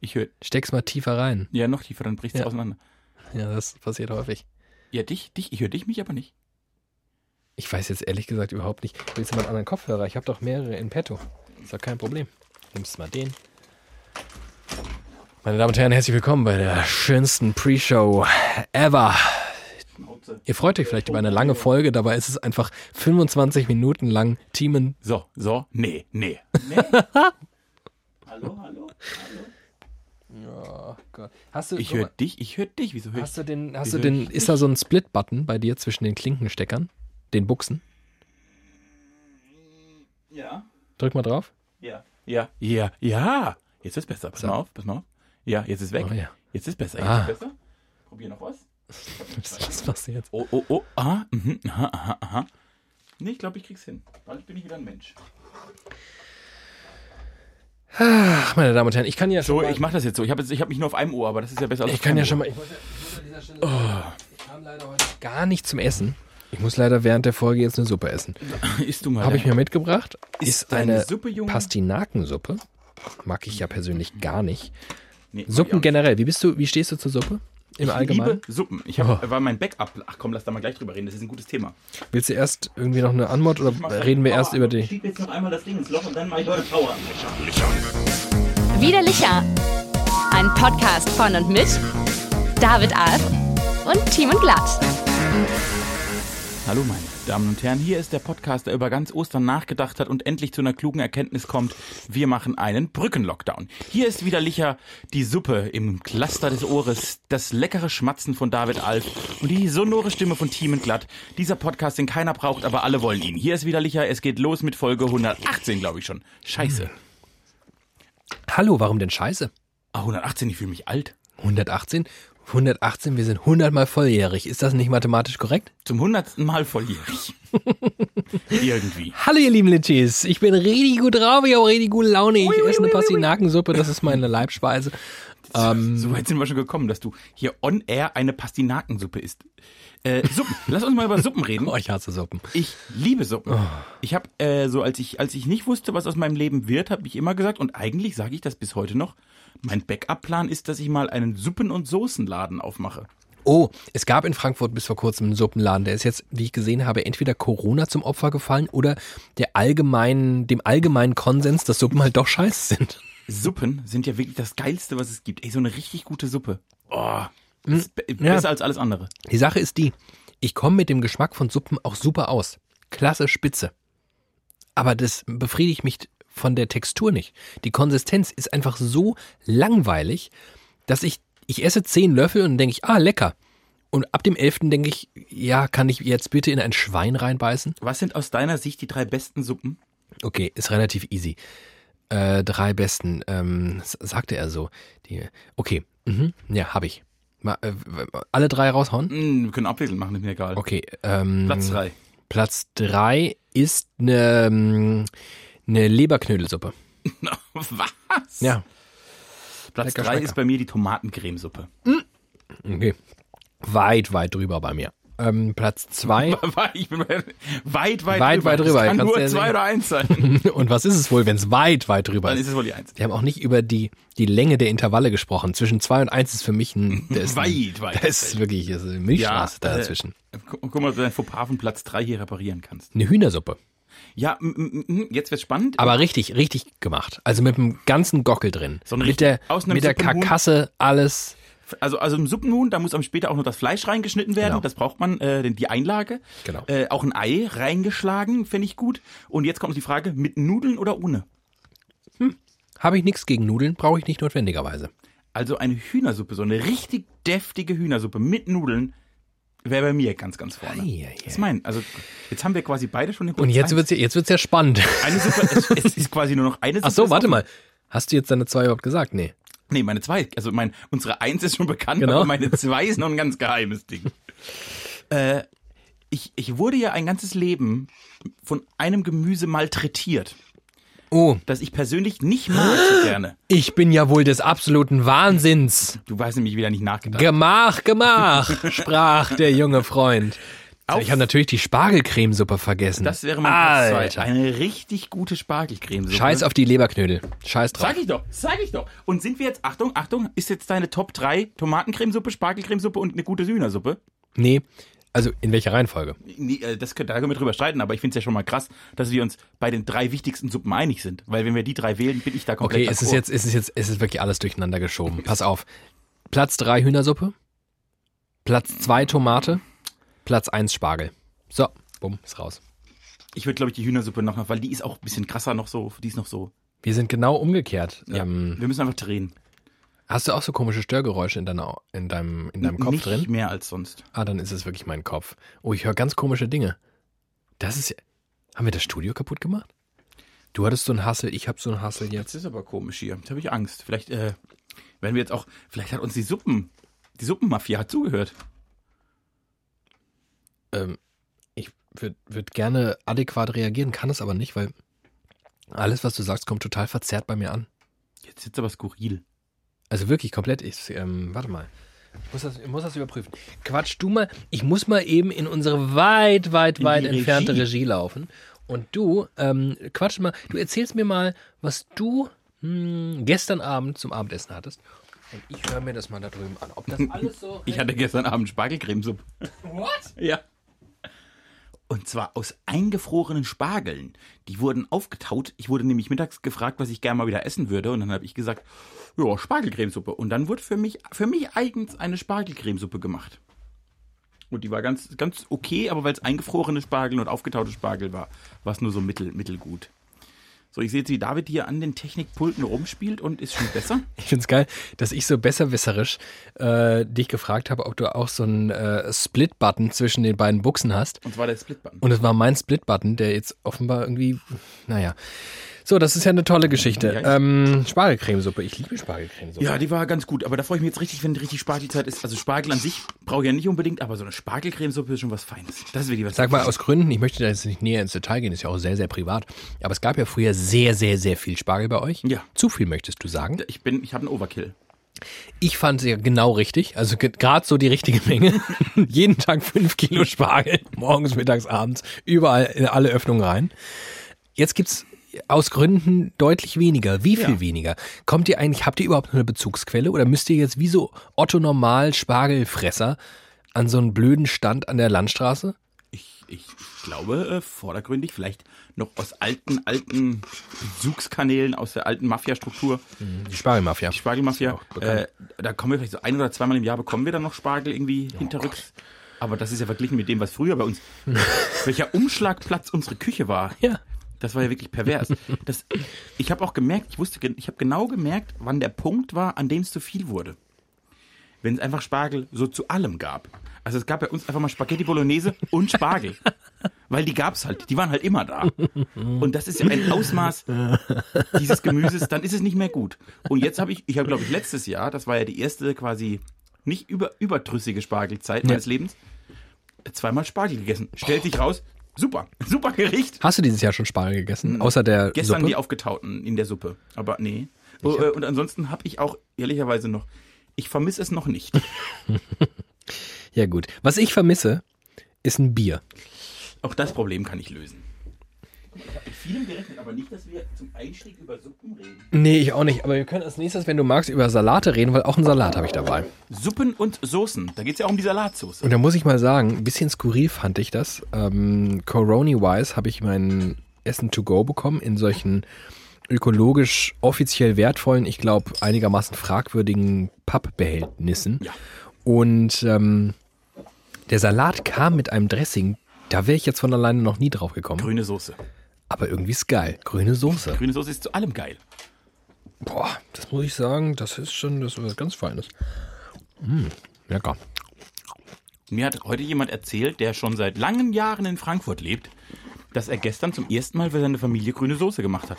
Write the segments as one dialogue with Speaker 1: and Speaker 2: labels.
Speaker 1: Ich höre,
Speaker 2: Steck's mal tiefer rein.
Speaker 1: ja, noch tiefer, dann bricht es
Speaker 2: Ja.
Speaker 1: auseinander.
Speaker 2: Ja, das passiert häufig.
Speaker 1: Ja, dich, dich, ich höre dich, mich aber nicht.
Speaker 2: Ich weiß jetzt ehrlich gesagt überhaupt nicht. Willst du mal einen anderen Kopfhörer? Ich habe doch mehrere in petto. Ist doch kein Problem. Nimmst mal den. Meine Damen und Herren, herzlich willkommen bei der schönsten Pre-Show ever. Ihr freut euch vielleicht über eine lange Folge, dabei ist es einfach 25 Minuten lang Teamen.
Speaker 1: So, so, nee, nee.
Speaker 2: Oh Gott. Hast du,
Speaker 1: Ich höre dich, ich höre dich. Wieso höre ich
Speaker 2: hast du den, hast
Speaker 1: ich
Speaker 2: du
Speaker 1: hör
Speaker 2: den,
Speaker 1: dich
Speaker 2: ist da so ein Split-Button bei dir zwischen den Klinkensteckern? Den Buchsen?
Speaker 1: Ja,
Speaker 2: Drück mal drauf.
Speaker 1: ja. Ja, ja, ja. Jetzt ist besser. Pass
Speaker 2: So.
Speaker 1: mal auf, pass mal auf. Ja, jetzt ist weg.
Speaker 2: Oh ja.
Speaker 1: Jetzt ist besser. Jetzt
Speaker 2: Ah.
Speaker 1: ist besser. Probier noch was.
Speaker 2: Was ist das passiert?
Speaker 1: Oh, oh, oh. Ah, mhm, aha, aha, aha. Nee, ich glaube, ich krieg's hin. Bald bin ich wieder ein Mensch.
Speaker 2: Ach, meine Damen und Herren, ich kann ja schon
Speaker 1: So,
Speaker 2: mal,
Speaker 1: ich mache das jetzt so. Ich habe hab mich nur auf einem Ohr, aber das ist ja besser als
Speaker 2: ich
Speaker 1: auf
Speaker 2: kann
Speaker 1: keinem
Speaker 2: ja
Speaker 1: Ohr.
Speaker 2: schon mal, ich muss, ja- ich muss an dieser Stelle sagen, ich kam leider heute gar nicht zum Essen. Ich muss leider während der Folge jetzt eine Suppe essen.
Speaker 1: Isst du mal.
Speaker 2: Habe
Speaker 1: dein-
Speaker 2: ich mir mitgebracht.
Speaker 1: Ist
Speaker 2: Ist eine
Speaker 1: deine Suppe, Junge?
Speaker 2: Pastinakensuppe. Mag ich ja persönlich gar nicht.
Speaker 1: Nee,
Speaker 2: Suppen
Speaker 1: ja.
Speaker 2: generell. Wie bist du, wie stehst du zur Suppe? Im
Speaker 1: Ich
Speaker 2: Allgemeinen?
Speaker 1: liebe Suppen. Ich
Speaker 2: Oh.
Speaker 1: hab, war mein Backup. Ach komm, lass da mal gleich drüber reden. Das ist ein gutes Thema.
Speaker 2: Willst du erst irgendwie noch eine Anmod oder reden wir erst über die.
Speaker 1: Schieb jetzt noch einmal das Ding ins Loch und dann mache ich heute Power.
Speaker 3: Widerlicher. Ein Podcast von und mit David Alf und Team und Glatt.
Speaker 1: Hallo meine Damen und Herren, hier ist der Podcast, der über ganz Ostern nachgedacht hat und endlich zu einer klugen Erkenntnis kommt. Wir machen einen Brückenlockdown. Hier ist wieder Licher, die Suppe im Cluster des Ohres, das leckere Schmatzen von David Alf und die sonore Stimme von Team und Glatt. Dieser Podcast, den keiner braucht, aber alle wollen ihn. Hier ist wieder Licher, es geht los mit Folge 118, glaube ich schon. Scheiße.
Speaker 2: Hallo, warum denn scheiße?
Speaker 1: Ah, 118, ich fühle mich alt.
Speaker 2: 118? 118, wir sind 100 mal volljährig. Ist das nicht mathematisch korrekt?
Speaker 1: Zum hundertsten Mal volljährig. Irgendwie.
Speaker 2: Hallo ihr lieben Litschis, ich bin richtig gut drauf, ich habe richtig gute Laune, ich esse eine Pastinakensuppe, das ist meine Leibspeise.
Speaker 1: So weit sind wir schon gekommen, dass du hier on air eine Pastinakensuppe isst. Äh, Suppen. Lass uns mal über Suppen reden.
Speaker 2: Oh, ich Oh. hasse Suppen.
Speaker 1: Ich liebe Suppen. Ich habe äh, so, als ich, als ich nicht wusste, was aus meinem Leben wird, habe ich immer gesagt, und eigentlich sage ich das bis heute noch, mein Backup-Plan ist, dass ich mal einen Suppen- und Soßenladen aufmache.
Speaker 2: Oh, es gab in Frankfurt bis vor kurzem einen Suppenladen, der ist jetzt, wie ich gesehen habe, entweder Corona zum Opfer gefallen oder der allgemeinen, dem allgemeinen Konsens, dass Suppen halt doch scheiße sind.
Speaker 1: Suppen sind ja wirklich das Geilste, was es gibt. Ey, so eine richtig gute Suppe. Oh, ist be
Speaker 2: Hm. Ja.
Speaker 1: besser als alles andere.
Speaker 2: Die Sache ist die, ich komme mit dem Geschmack von Suppen auch super aus. Klasse Spitze. Aber das befriedigt mich von der Textur nicht. Die Konsistenz ist einfach so langweilig, dass ich, ich esse zehn Löffel und denke ich, ah, lecker. Und ab dem elften denke ich, ja, kann ich jetzt bitte in ein Schwein reinbeißen?
Speaker 1: Was sind aus deiner Sicht die drei besten Suppen?
Speaker 2: Okay, ist relativ easy. Äh, drei besten, ähm, s- sagte er so. Die, okay, mhm, ja, habe ich. Mal, äh, w- w- alle drei raushauen?
Speaker 1: Hm, wir können abwechselnd machen, ist mir egal.
Speaker 2: Okay, ähm,
Speaker 1: Platz drei.
Speaker 2: Platz 3 ist eine, ähm, eine Leberknödelsuppe.
Speaker 1: Was?
Speaker 2: Ja.
Speaker 1: Platz
Speaker 2: Lecker,
Speaker 1: drei
Speaker 2: schmecker.
Speaker 1: ist bei mir die Tomatencremesuppe.
Speaker 2: Okay. Weit, weit drüber bei mir. Ähm, Platz 2.
Speaker 1: Ich bin bei- weit, weit,
Speaker 2: Weit,
Speaker 1: drüber.
Speaker 2: weit drüber.
Speaker 1: Es kann
Speaker 2: Kannst du
Speaker 1: nur
Speaker 2: ja
Speaker 1: zwei
Speaker 2: sehen.
Speaker 1: oder eins sein.
Speaker 2: Und was ist es wohl, wenn es weit, weit drüber
Speaker 1: Dann ist
Speaker 2: ist?
Speaker 1: es wohl die eins.
Speaker 2: Wir haben auch nicht über die, die Länge der Intervalle gesprochen. Zwischen 2 und 1 ist für mich ein. Das ist ein
Speaker 1: Weit, weit.
Speaker 2: das ist wirklich das ist eine Milchstraße
Speaker 1: Ja, äh,
Speaker 2: dazwischen.
Speaker 1: Gu- Guck mal, ob du dein Fauxpas von Platz drei hier reparieren kannst.
Speaker 2: Eine Hühnersuppe.
Speaker 1: Ja, m- m- m- jetzt wird's spannend.
Speaker 2: Aber richtig, richtig gemacht. Also mit dem ganzen Gockel drin.
Speaker 1: So ein
Speaker 2: mit
Speaker 1: richtig-
Speaker 2: der,
Speaker 1: aus einem
Speaker 2: mit der
Speaker 1: Suppenhuhn.
Speaker 2: Karkasse, alles.
Speaker 1: Also, also im Suppenhuhn, da muss dann später auch noch das Fleisch reingeschnitten werden.
Speaker 2: Genau.
Speaker 1: Das braucht man, äh, denn die Einlage.
Speaker 2: Genau.
Speaker 1: Äh, auch ein Ei reingeschlagen, fände ich gut. Und jetzt kommt die Frage, mit Nudeln oder ohne?
Speaker 2: Habe ich nichts gegen Nudeln, brauche ich nicht notwendigerweise.
Speaker 1: Also eine Hühnersuppe, so eine richtig deftige Hühnersuppe mit Nudeln, wäre bei mir ganz, ganz vorne.
Speaker 2: Eieiei.
Speaker 1: Das ist mein. Also jetzt haben wir quasi beide schon den
Speaker 2: Und jetzt
Speaker 1: Platz
Speaker 2: wird's ja- jetzt wird's ja spannend.
Speaker 1: eins. eine Suppe. Es, es ist quasi nur noch eine Suppe.
Speaker 2: Ach so,
Speaker 1: ist
Speaker 2: warte
Speaker 1: offen.
Speaker 2: mal. Hast du jetzt deine zwei überhaupt gesagt? Nee.
Speaker 1: Nee, meine zwei. Also mein, unsere eins ist schon bekannt,
Speaker 2: Genau.
Speaker 1: aber meine zwei ist noch ein ganz geheimes Ding. äh, ich, ich wurde ja ein ganzes Leben von einem Gemüse malträtiert,
Speaker 2: Oh,
Speaker 1: das ich persönlich nicht mag so gerne.
Speaker 2: ich bin ja wohl des absoluten Wahnsinns.
Speaker 1: Du weißt nämlich wieder nicht nachgedacht.
Speaker 2: Gemach, gemach, sprach der junge Freund.
Speaker 1: Auf-
Speaker 2: Ich habe natürlich die Spargelcremesuppe vergessen.
Speaker 1: Das wäre mein Platz zwei.
Speaker 2: Alter.
Speaker 1: Eine richtig gute Spargelcremesuppe.
Speaker 2: Scheiß auf die Leberknödel. Scheiß drauf.
Speaker 1: Sag ich doch, sag ich doch. Und sind wir jetzt, Achtung, Achtung, ist jetzt deine Top 3 Tomatencremesuppe, Spargelcremesuppe und eine gute Hühnersuppe?
Speaker 2: Nee, also in welcher Reihenfolge?
Speaker 1: Nee, äh, das können, da können wir drüber streiten, aber ich finde es ja schon mal krass, dass wir uns bei den drei wichtigsten Suppen einig sind. Weil wenn wir die drei wählen, bin ich da komplett
Speaker 2: Okay, es ist
Speaker 1: d'accord.
Speaker 2: jetzt, es ist jetzt, es ist wirklich alles durcheinander geschoben. Pass auf. Platz 3 Hühnersuppe. Platz 2 Tomate. Platz 1 Spargel. So, bumm, ist raus.
Speaker 1: Ich würde, glaube ich, die Hühnersuppe noch, weil die ist auch ein bisschen krasser noch so, die ist noch so.
Speaker 2: Wir sind genau umgekehrt.
Speaker 1: Ja.
Speaker 2: Ähm,
Speaker 1: Wir müssen einfach drehen.
Speaker 2: hast du auch so komische Störgeräusche in, deiner, in deinem, in deinem Kopf
Speaker 1: Nicht
Speaker 2: drin?
Speaker 1: mehr als sonst.
Speaker 2: Ah, dann ist es wirklich mein Kopf. Oh, ich höre ganz komische Dinge. Das ist ja. Haben wir das Studio kaputt gemacht? Du hattest so einen Hassel, ich habe so einen Hassel jetzt.
Speaker 1: Das ist aber komisch hier. Jetzt habe ich Angst. Vielleicht, äh, werden wir jetzt auch, vielleicht hat uns die Suppen, die Suppenmafia hat zugehört.
Speaker 2: Ähm, ich würde würd gerne adäquat reagieren, kann es aber nicht, weil alles, was du sagst, kommt total verzerrt bei mir an.
Speaker 1: Jetzt ist aber skurril.
Speaker 2: Also wirklich komplett. Ich, ähm, warte mal. Ich muss, das, ich muss das überprüfen. Quatsch du mal. Ich muss mal eben in unsere weit, weit,
Speaker 1: In
Speaker 2: weit
Speaker 1: die
Speaker 2: entfernte
Speaker 1: Regie.
Speaker 2: Regie. laufen. Und du, ähm, quatsch mal. Du erzählst mir mal, was du hm, gestern Abend zum Abendessen hattest. Und ich höre mir das mal da drüben an. Ob das alles so.
Speaker 1: Ich hatte gestern Abend Spargelcremesuppe.
Speaker 2: What?
Speaker 1: Ja. Und zwar aus eingefrorenen Spargeln. Die wurden aufgetaut. Ich wurde nämlich mittags gefragt, was ich gerne mal wieder essen würde. Und dann habe ich gesagt, ja, Spargelcremesuppe. Und dann wurde für mich, für mich eigens eine Spargelcremesuppe gemacht. Und die war ganz, ganz okay, aber weil es eingefrorene Spargel und aufgetaute Spargel war, war es nur so mittel, mittelgut. So, ich sehe jetzt, wie David hier an den Technikpulten rumspielt und ist schon besser.
Speaker 2: Ich find's geil, dass ich so besserwisserisch äh, dich gefragt habe, ob du auch so einen äh, Split-Button zwischen den beiden Buchsen hast.
Speaker 1: Und zwar der Splitbutton.
Speaker 2: Und es war mein Split-Button, der jetzt offenbar irgendwie, naja. So, das ist ja eine tolle Geschichte.
Speaker 1: Ja.
Speaker 2: Ähm, Spargelcremesuppe. Ich liebe Spargelcremesuppe.
Speaker 1: Ja, die war ganz gut, aber da freue ich mich jetzt richtig, wenn richtig Spargelzeit ist. Also Spargel an sich brauche ich ja nicht unbedingt, aber so eine Spargelcremesuppe ist schon was Feines. Das ist wirklich was.
Speaker 2: Sag mal, aus Gründen, ich möchte da jetzt nicht näher ins Detail gehen, ist ja auch sehr, sehr privat. Aber es gab ja früher sehr, sehr, sehr viel Spargel bei euch.
Speaker 1: Ja.
Speaker 2: Zu viel möchtest du sagen.
Speaker 1: Ich bin, ich habe einen Overkill.
Speaker 2: Ich fand es ja genau richtig. Also gerade so die richtige Menge. Jeden Tag fünf Kilo Spargel. Morgens, mittags, abends. Überall in alle Öffnungen rein. Jetzt gibt's aus Gründen deutlich weniger. Wie viel
Speaker 1: Ja.
Speaker 2: weniger? Kommt ihr eigentlich, habt ihr überhaupt noch eine Bezugsquelle oder müsst ihr jetzt wie so Otto Normal Spargelfresser an so einen blöden Stand an der Landstraße?
Speaker 1: Ich, ich glaube äh, vordergründig vielleicht noch aus alten, alten Bezugskanälen, aus der alten Mafia-Struktur,
Speaker 2: Die Spargelmafia.
Speaker 1: die Spargelmafia.
Speaker 2: Hm. Ist ja auch
Speaker 1: Äh,
Speaker 2: bekannt.
Speaker 1: da kommen wir vielleicht so ein oder zweimal im Jahr bekommen wir dann noch Spargel irgendwie
Speaker 2: Oh
Speaker 1: hinterrücks. Aber das ist ja verglichen mit dem, was früher bei uns, welcher Umschlagplatz unsere Küche war.
Speaker 2: Ja.
Speaker 1: Das war ja wirklich pervers. Das, ich habe auch gemerkt, ich wusste, gen- ich habe genau gemerkt, wann der Punkt war, an dem es zu viel wurde. Wenn es einfach Spargel so zu allem gab. Also es gab bei uns einfach mal Spaghetti Bolognese und Spargel. Weil die gab's halt, die waren halt immer da. Und das ist ja ein Ausmaß dieses Gemüses, dann ist es nicht mehr gut. Und jetzt habe ich, ich habe glaube ich letztes Jahr, das war ja die erste quasi nicht über, überdrüssige Spargelzeit meines Lebens, zweimal Spargel gegessen. Stellt sich raus, super, super Gericht.
Speaker 2: Hast du dieses Jahr schon Spargel gegessen? Außer der
Speaker 1: Hm. Gestern
Speaker 2: Suppe?
Speaker 1: die aufgetauten in der Suppe. Aber nee. Oh, äh, und ansonsten habe ich auch ehrlicherweise noch. Ich vermisse es noch nicht.
Speaker 2: ja gut. Was ich vermisse, ist ein Bier.
Speaker 1: Auch das Problem kann ich lösen. Ich habe mit vielem gerechnet, aber nicht, dass wir zum Einstieg über Suppen reden.
Speaker 2: Nee, ich auch nicht. Aber wir können als nächstes, wenn du magst, über Salate reden, weil auch einen Salat habe ich dabei.
Speaker 1: Suppen und Soßen. Da geht es ja auch um die Salatsauce.
Speaker 2: Und da muss ich mal sagen, ein bisschen skurril fand ich das. Ähm, Corona-wise habe ich mein Essen to go bekommen in solchen ökologisch offiziell wertvollen, ich glaube einigermaßen fragwürdigen Pappbehältnissen.
Speaker 1: Ja.
Speaker 2: Und ähm, der Salat kam mit einem Dressing. Da wäre ich jetzt von alleine noch nie drauf gekommen.
Speaker 1: Grüne Soße.
Speaker 2: Aber irgendwie ist geil. Grüne Soße.
Speaker 1: Grüne Soße ist zu allem geil.
Speaker 2: Boah, das muss ich sagen, das ist schon das ist was ganz Feines. Mm, lecker.
Speaker 1: Mir hat heute jemand erzählt, der schon seit langen Jahren in Frankfurt lebt, dass er gestern zum ersten Mal für seine Familie grüne Soße gemacht hat.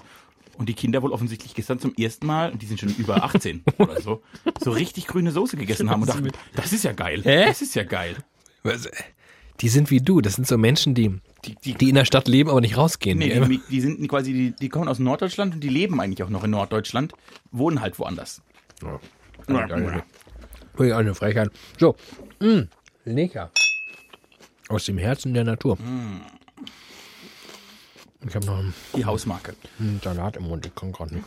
Speaker 1: Und die Kinder wohl offensichtlich gestern zum ersten Mal, und die sind schon über 18 oder so, so richtig grüne Soße gegessen haben und dachten, das ist ja geil.
Speaker 2: Hä?
Speaker 1: Das ist ja geil.
Speaker 2: Was? Also, äh, Die sind wie du. Das sind so Menschen, die, die, in der Stadt leben, aber nicht rausgehen.
Speaker 1: Nee,
Speaker 2: Die einfach-
Speaker 1: die, die sind quasi, die, die kommen aus Norddeutschland und die leben eigentlich auch noch in Norddeutschland, wohnen halt woanders.
Speaker 2: Wirklich auch eine Frechheit. So, mm, lecker. Aus dem Herzen der Natur. Ich habe noch einen
Speaker 1: Die Hausmarke.
Speaker 2: einen Salat im Mund, ich kann gerade nicht.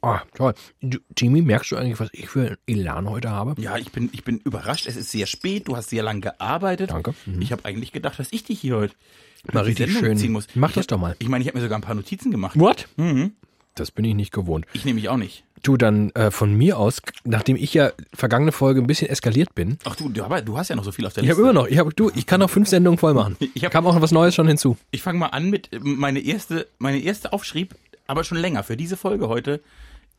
Speaker 2: Ah, toll. Du, Jimmy, merkst du eigentlich, was ich für einen Elan heute habe?
Speaker 1: Ja, ich bin, ich bin überrascht. Es ist sehr spät. Du hast sehr lange gearbeitet.
Speaker 2: Danke. Mhm.
Speaker 1: Ich habe eigentlich gedacht, dass ich dich hier heute
Speaker 2: Mal
Speaker 1: durch die
Speaker 2: richtig
Speaker 1: Sendung
Speaker 2: schön.
Speaker 1: ziehen muss.
Speaker 2: Mach
Speaker 1: ich,
Speaker 2: das doch mal.
Speaker 1: Ich meine, ich habe mir sogar ein paar Notizen gemacht.
Speaker 2: What? Mhm. Das bin ich nicht gewohnt.
Speaker 1: Ich nehme mich auch nicht.
Speaker 2: Du, dann äh, von mir aus, nachdem ich ja vergangene Folge ein bisschen eskaliert bin,
Speaker 1: Ach du, du- aber du hast ja noch so viel auf der
Speaker 2: ich habe
Speaker 1: Liste.
Speaker 2: immer noch, ich habe du, ich kann noch fünf Sendungen voll machen.
Speaker 1: Ich hab-
Speaker 2: kam auch noch was Neues schon hinzu.
Speaker 1: Ich fange mal an mit ähm, meine erste, meine erste Aufschrieb, aber schon länger für diese Folge heute.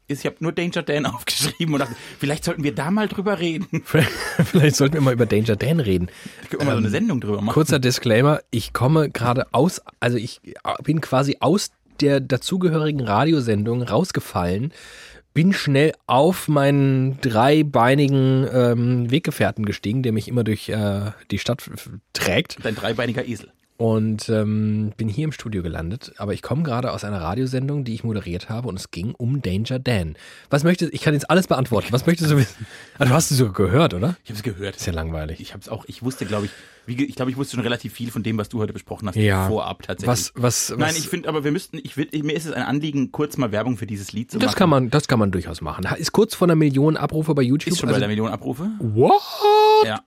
Speaker 1: Ist, ich habe nur Danger Dan aufgeschrieben und dachte, vielleicht sollten wir da mal drüber reden.
Speaker 2: Vielleicht sollten wir mal über Danger Dan reden.
Speaker 1: Können wir mal so
Speaker 2: Ähm,
Speaker 1: eine Sendung drüber machen.
Speaker 2: Kurzer Disclaimer, ich komme gerade aus, also ich bin quasi aus der dazugehörigen Radiosendung rausgefallen, bin schnell auf meinen dreibeinigen ähm, Weggefährten gestiegen, der mich immer durch äh, die Stadt f- trägt
Speaker 1: Dein dreibeiniger Esel.
Speaker 2: und ähm, bin hier im Studio gelandet. Aber ich komme gerade aus einer Radiosendung, die ich moderiert habe und es ging um Danger Dan. Was möchtest, ich kann jetzt alles beantworten, was möchtest du wissen? Also hast du sogar gehört, oder?
Speaker 1: Ich habe es gehört.
Speaker 2: Ist ja langweilig.
Speaker 1: Ich habe es auch, ich wusste, glaube ich, wie, ge- ich glaube, ich wusste schon relativ viel von dem, was du heute besprochen hast,
Speaker 2: Ja.
Speaker 1: vorab tatsächlich.
Speaker 2: Was, was, was,
Speaker 1: Nein, ich finde, aber wir müssten, ich will, mir ist es ein Anliegen, kurz mal Werbung für dieses Lied zu
Speaker 2: Das
Speaker 1: machen.
Speaker 2: kann man, das kann man durchaus machen. Ha- Ist kurz vor einer Million Abrufe bei YouTube.
Speaker 1: Ist schon bei der Million Abrufe?
Speaker 2: also what?
Speaker 1: Ja.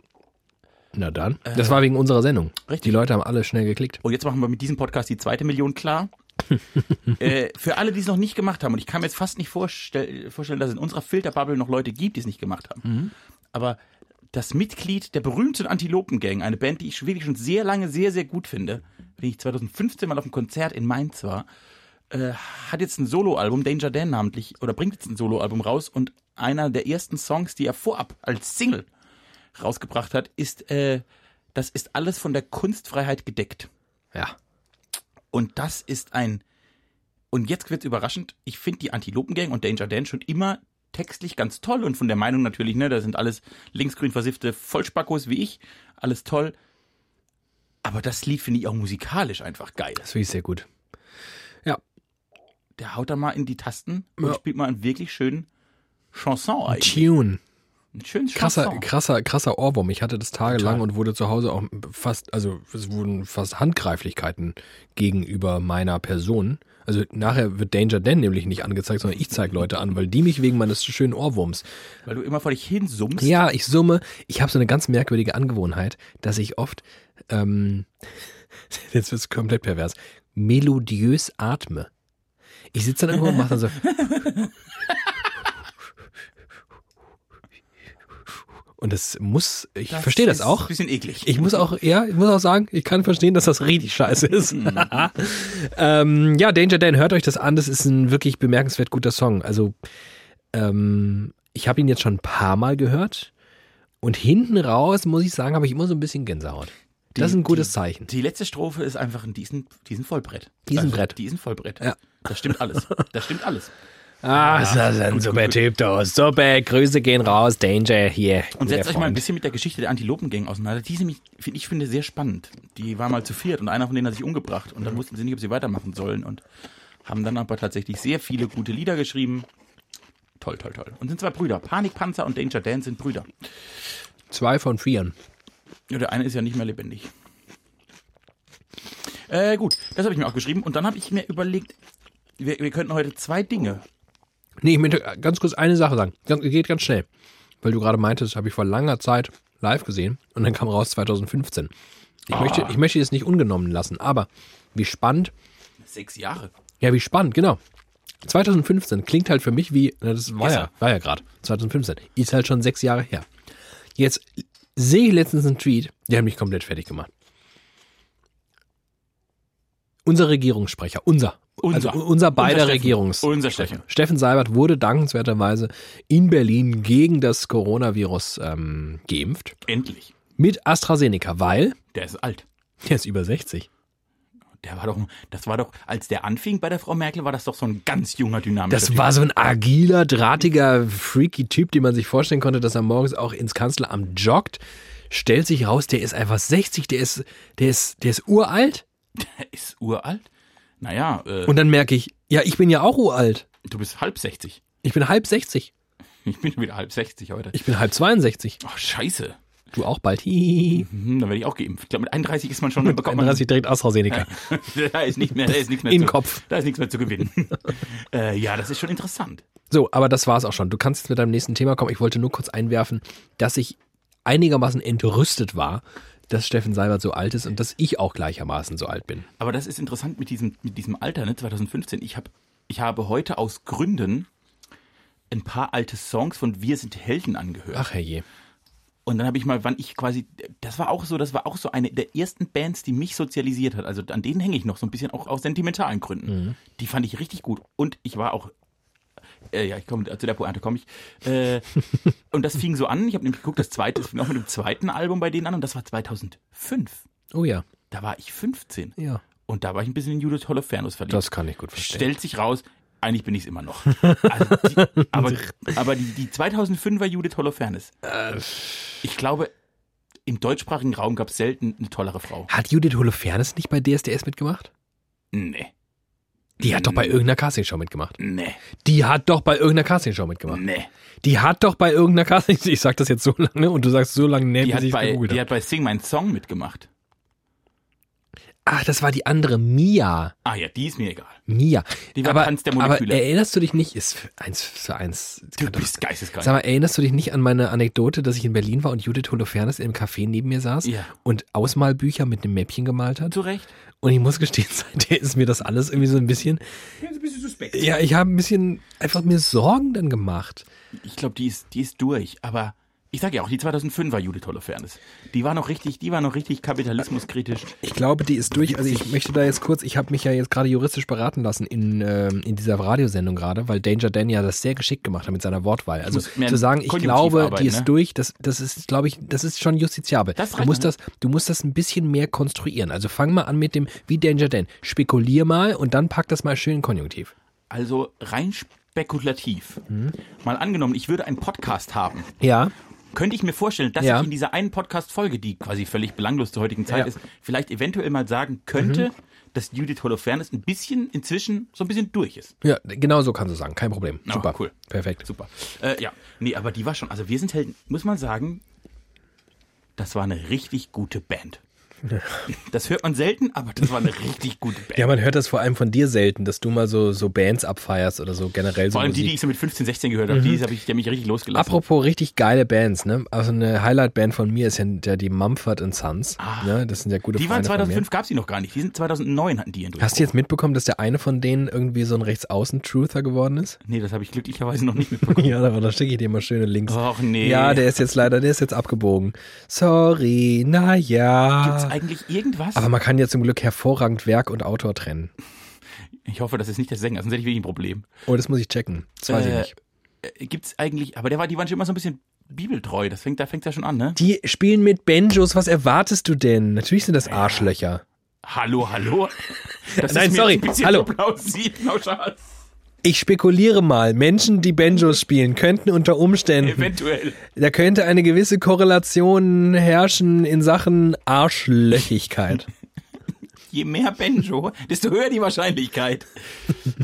Speaker 2: Na dann. Das war wegen unserer Sendung.
Speaker 1: Richtig.
Speaker 2: Die Leute haben alle schnell geklickt.
Speaker 1: Und Oh, jetzt machen wir mit diesem Podcast die zweite Million klar. äh, für alle, die es noch nicht gemacht haben, und ich kann mir jetzt fast nicht vorstell vorstellen, dass es in unserer Filterbubble noch Leute gibt, die es nicht gemacht haben. Aber das Mitglied der berühmten Antilopen-Gang, eine Band, die ich wirklich schon sehr lange sehr, sehr gut finde, die ich 2015 mal auf einem Konzert in Mainz war, äh, hat jetzt ein Soloalbum, Danger Dan namentlich, oder bringt jetzt ein Soloalbum raus und einer der ersten Songs, die er vorab als Single rausgebracht hat, ist, äh, das ist alles von der Kunstfreiheit gedeckt.
Speaker 2: Ja.
Speaker 1: Und das ist ein, und jetzt wird's überraschend, ich finde die Antilopengang und Danger Dan schon immer textlich ganz toll und von der Meinung natürlich, ne, da sind alles linksgrün versiffte Vollspackos wie ich, alles toll. Aber das Lied finde ich auch musikalisch einfach geil.
Speaker 2: Das finde ich sehr gut.
Speaker 1: der haut da mal in die Tasten
Speaker 2: Ja.
Speaker 1: und spielt mal einen wirklich schönen Chanson eigentlich.
Speaker 2: Tune.
Speaker 1: Einen schönen
Speaker 2: Krasser,
Speaker 1: Chanson.
Speaker 2: krasser, krasser Ohrwurm. Ich hatte das tagelang
Speaker 1: Total.
Speaker 2: und wurde zu Hause auch fast, also es wurden fast Handgreiflichkeiten gegenüber meiner Person. Also nachher wird Danger Dan nämlich nicht angezeigt, sondern ich zeige Leute an, weil die mich wegen meines schönen Ohrwurms
Speaker 1: Weil du immer vor dich hin summst.
Speaker 2: Ja, ich summe. Ich habe so eine ganz merkwürdige Angewohnheit, dass ich oft, ähm, jetzt wird's komplett pervers, melodiös atme. Ich sitze dann irgendwo und mache dann so. Und das muss, ich
Speaker 1: Das
Speaker 2: verstehe das
Speaker 1: ist Ein
Speaker 2: auch.
Speaker 1: bisschen eklig.
Speaker 2: Ich muss auch, ja, ich muss auch sagen, ich kann verstehen, dass das richtig scheiße ist. ähm, ja, Danger Dan, hört euch das an. Das ist ein wirklich bemerkenswert guter Song. Also, ähm, ich habe ihn jetzt schon ein paar Mal gehört. Und hinten raus, muss ich sagen, habe ich immer so ein bisschen Gänsehaut. Das ist ein gutes Zeichen.
Speaker 1: die letzte Strophe ist einfach ein diesen, diesen Vollbrett. Also
Speaker 2: Diesen Brett.
Speaker 1: Diesen Vollbrett.
Speaker 2: Ja.
Speaker 1: Das stimmt alles. Das stimmt alles.
Speaker 2: Ah, ist das ein super Typ da. Super, Grüße gehen raus, Danger hier.
Speaker 1: Und setzt euch mal ein bisschen mit der Geschichte der Antilopengang auseinander. Die ist nämlich, find, ich finde, sehr spannend. Die waren mal zu viert und einer von denen hat sich umgebracht. Und dann wussten sie nicht, ob sie weitermachen sollen. Und haben dann aber tatsächlich sehr viele gute Lieder geschrieben. Toll, toll, toll. Und sind zwei Brüder. Panikpanzer und Danger Dan sind Brüder.
Speaker 2: Zwei von vieren.
Speaker 1: Ja, der eine ist ja nicht mehr lebendig. Äh, gut, das habe ich mir auch geschrieben. Und dann habe ich mir überlegt, wir, wir könnten heute zwei Dinge.
Speaker 2: Nee, ich möchte äh, ganz kurz eine Sache sagen. Ganz, geht ganz schnell. Weil du gerade meintest, habe ich vor langer Zeit live gesehen und dann kam raus 2015. Ich, möchte, ich möchte es nicht ungenommen lassen, aber wie spannend,
Speaker 1: Sechs Jahre.
Speaker 2: ja, wie spannend, genau. 2015 klingt halt für mich wie, na, das war
Speaker 1: Ist
Speaker 2: ja,
Speaker 1: er.
Speaker 2: war ja gerade, 2015, ist halt schon sechs Jahre her. Jetzt sehe ich letztens einen Tweet, der hat mich komplett fertig gemacht. Unser Regierungssprecher, unser,
Speaker 1: Unser.
Speaker 2: also unser beider
Speaker 1: Steffen.
Speaker 2: Regierungs.
Speaker 1: Unser Steffen.
Speaker 2: Steffen Seibert wurde dankenswerterweise in Berlin gegen das Coronavirus ähm, geimpft.
Speaker 1: Endlich.
Speaker 2: Mit AstraZeneca, weil
Speaker 1: Der ist alt.
Speaker 2: der ist über 60.
Speaker 1: Der war doch, das war doch, als der anfing bei der Frau Merkel, war das doch so ein ganz junger, dynamischer
Speaker 2: Das war so ein agiler, drahtiger, freaky Typ, den man sich vorstellen konnte, dass er morgens auch ins Kanzleramt joggt. Stellt sich raus, der ist einfach 60, der ist, der ist, der ist uralt.
Speaker 1: Der ist uralt. Naja, äh,
Speaker 2: Und dann merke ich, ja, ich bin ja auch uralt.
Speaker 1: du bist halb 60.
Speaker 2: Ich bin halb 60.
Speaker 1: Ich bin wieder halb 60 heute.
Speaker 2: Ich bin halb 62.
Speaker 1: Ach, scheiße.
Speaker 2: Du auch bald. Hihihi.
Speaker 1: Hm, dann werde ich auch geimpft. Ich glaube, mit 31 ist man schon, bekommt man
Speaker 2: 31 direkt AstraZeneca.
Speaker 1: da ist nicht mehr, da ist nichts mehr
Speaker 2: In
Speaker 1: zu,
Speaker 2: Kopf.
Speaker 1: Da ist nichts mehr zu gewinnen. äh, ja, das ist schon interessant.
Speaker 2: So, aber das war's auch schon. Du kannst jetzt mit deinem nächsten Thema kommen. Ich wollte nur kurz einwerfen, dass ich einigermaßen entrüstet war, dass Steffen Seibert so alt ist und dass ich auch gleichermaßen so alt bin.
Speaker 1: Aber das ist interessant mit diesem, mit diesem Alter, ne? 2015. Ich, hab, ich habe heute aus Gründen ein paar alte Songs von Wir sind Helden angehört.
Speaker 2: Ach herrje.
Speaker 1: Und dann habe ich mal, wann ich quasi, das war auch so, das war auch so eine der ersten Bands, die mich sozialisiert hat. Also an denen hänge ich noch so ein bisschen auch aus sentimentalen Gründen. Die fand ich richtig gut. Und ich war auch, äh, ja, ich komme zu der Pointe komme ich. Äh, und das fing so an. Ich habe nämlich geguckt, das zweite, es fing auch mit dem zweiten Album bei denen an und das war 2005.
Speaker 2: Oh ja.
Speaker 1: Da war ich 15
Speaker 2: Ja.
Speaker 1: und da war ich ein bisschen in Judith Holofernes verliebt.
Speaker 2: Das kann ich gut verstehen.
Speaker 1: Stellt sich raus, eigentlich bin ich es immer noch. Also die, aber aber die, die 2005er Judith Holofernes. Ich glaube, im deutschsprachigen Raum gab es selten eine tollere Frau.
Speaker 2: Hat Judith Holofernes nicht bei DSDS mitgemacht?
Speaker 1: Nee,
Speaker 2: Die hat doch
Speaker 1: Mm.
Speaker 2: bei irgendeiner Castingshow mitgemacht.
Speaker 1: nee,
Speaker 2: Die hat doch bei irgendeiner Castingshow mitgemacht.
Speaker 1: nee.
Speaker 2: Die hat doch bei irgendeiner Castingshow. Ich sag das jetzt so lange und du sagst so lange, nee,
Speaker 1: Die
Speaker 2: bis
Speaker 1: hat,
Speaker 2: ich
Speaker 1: bei,
Speaker 2: gegoogelt
Speaker 1: die
Speaker 2: habe.
Speaker 1: hat bei Sing Mein Song mitgemacht.
Speaker 2: Ach, das war die andere Mia.
Speaker 1: Ah ja, die ist mir egal.
Speaker 2: Mia.
Speaker 1: Die war
Speaker 2: aber,
Speaker 1: Tanz der
Speaker 2: aber
Speaker 1: Moleküle.
Speaker 2: erinnerst du dich nicht? Ist für eins für eins.
Speaker 1: Du bist geisteskrank.
Speaker 2: Sag mal, erinnerst du dich nicht an meine Anekdote, dass ich in Berlin war und Judith Holofernes im Café neben mir saß
Speaker 1: Ja.
Speaker 2: und Ausmalbücher mit einem Mäppchen gemalt hat?
Speaker 1: Zu Recht.
Speaker 2: Und ich muss gestehen, seitdem ist mir das alles irgendwie so ein bisschen.
Speaker 1: ein bisschen suspekt.
Speaker 2: Ja, ich habe ein bisschen einfach mir Sorgen dann gemacht.
Speaker 1: Ich glaube, die ist, die ist durch, aber ich sage ja auch, die 2005er Judith Holofernes. Die war noch richtig, die war noch richtig kapitalismuskritisch.
Speaker 2: Ich glaube, die ist durch. Also ich möchte da jetzt kurz, ich habe mich ja jetzt gerade juristisch beraten lassen in, ähm, in dieser Radiosendung gerade, weil Danger Dan ja das sehr geschickt gemacht hat mit seiner Wortwahl. Also
Speaker 1: muss mehr
Speaker 2: zu sagen, ich
Speaker 1: konjunktiv
Speaker 2: glaube,
Speaker 1: arbeiten,
Speaker 2: die ist
Speaker 1: ne?
Speaker 2: durch, das, das ist, glaube ich, das ist schon justiziabel.
Speaker 1: Das
Speaker 2: du,
Speaker 1: reicht,
Speaker 2: musst
Speaker 1: ne?
Speaker 2: das, du musst das ein bisschen mehr konstruieren. Also fang mal an mit dem, wie Danger Dan. Spekulier mal und dann pack das mal schön in konjunktiv.
Speaker 1: Also rein spekulativ. Mal angenommen, ich würde einen Podcast haben.
Speaker 2: Ja.
Speaker 1: Könnte ich mir vorstellen, dass
Speaker 2: Ja.
Speaker 1: ich in dieser einen Podcast-Folge, die quasi völlig belanglos zur heutigen Zeit
Speaker 2: Ja. Mhm.
Speaker 1: ist, vielleicht eventuell mal sagen könnte, dass Judith Holofernes ein bisschen inzwischen so ein bisschen durch ist.
Speaker 2: Ja, genau so kannst du sagen. Kein Problem.
Speaker 1: Ah,
Speaker 2: Super.
Speaker 1: cool.
Speaker 2: Perfekt.
Speaker 1: Super. Äh, ja, nee, aber die war schon, also wir sind Helden, muss man sagen, das war eine richtig gute Band. Das hört man selten, aber das war eine richtig gute Band.
Speaker 2: Ja, man hört das vor allem von dir selten, dass du mal so, so Bands abfeierst oder so generell so
Speaker 1: Vor allem die,
Speaker 2: Musik. Mhm.
Speaker 1: die ich so mit 15, 16 gehört habe, die habe ich, die haben mich richtig losgelassen.
Speaker 2: Apropos richtig geile Bands, ne? Also eine Highlight-Band von mir ist ja der- die Mumford Sons. Ne? Das sind ja gute
Speaker 1: Ah. Die waren
Speaker 2: Freunde von
Speaker 1: 2005,
Speaker 2: mir.
Speaker 1: gab sie noch gar nicht. Die sind 2009 hatten die ihren Durchbruch.
Speaker 2: Hast du jetzt mitbekommen, dass der eine von denen irgendwie so ein Rechtsaußen-Truther geworden ist?
Speaker 1: Nee, das habe ich glücklicherweise noch nicht mitbekommen.
Speaker 2: Ja, da, da schicke ich dir mal schöne Links.
Speaker 1: Och, Oh, nee.
Speaker 2: Ja, der ist jetzt leider, der ist jetzt abgebogen. Sorry,
Speaker 1: Gibt's
Speaker 2: naja.
Speaker 1: eigentlich irgendwas?
Speaker 2: Ah. Aber man kann ja zum Glück hervorragend Werk und Autor trennen.
Speaker 1: ich hoffe, das ist nicht der Sänger, sonst hätte ich wirklich ein Problem.
Speaker 2: Oh, das muss ich checken. Das weiß ich
Speaker 1: Äh,
Speaker 2: nicht.
Speaker 1: Äh, Gibt's eigentlich, aber der war, die waren schon immer so ein bisschen bibeltreu. Das fängt, da fängt ja schon an, ne?
Speaker 2: Die spielen mit Banjos, was erwartest du denn? Natürlich sind das Arschlöcher.
Speaker 1: Hallo, hallo. Das
Speaker 2: Nein,
Speaker 1: ist mir
Speaker 2: sorry.
Speaker 1: jetzt Ein bisschen
Speaker 2: Hallo.
Speaker 1: zu plausibel, Schal.
Speaker 2: Ich spekuliere mal, Menschen, die Banjos spielen, könnten unter Umständen
Speaker 1: Eventuell.
Speaker 2: Da könnte eine gewisse Korrelation herrschen in Sachen Arschlöchigkeit.
Speaker 1: Je mehr Benjo, desto höher die Wahrscheinlichkeit.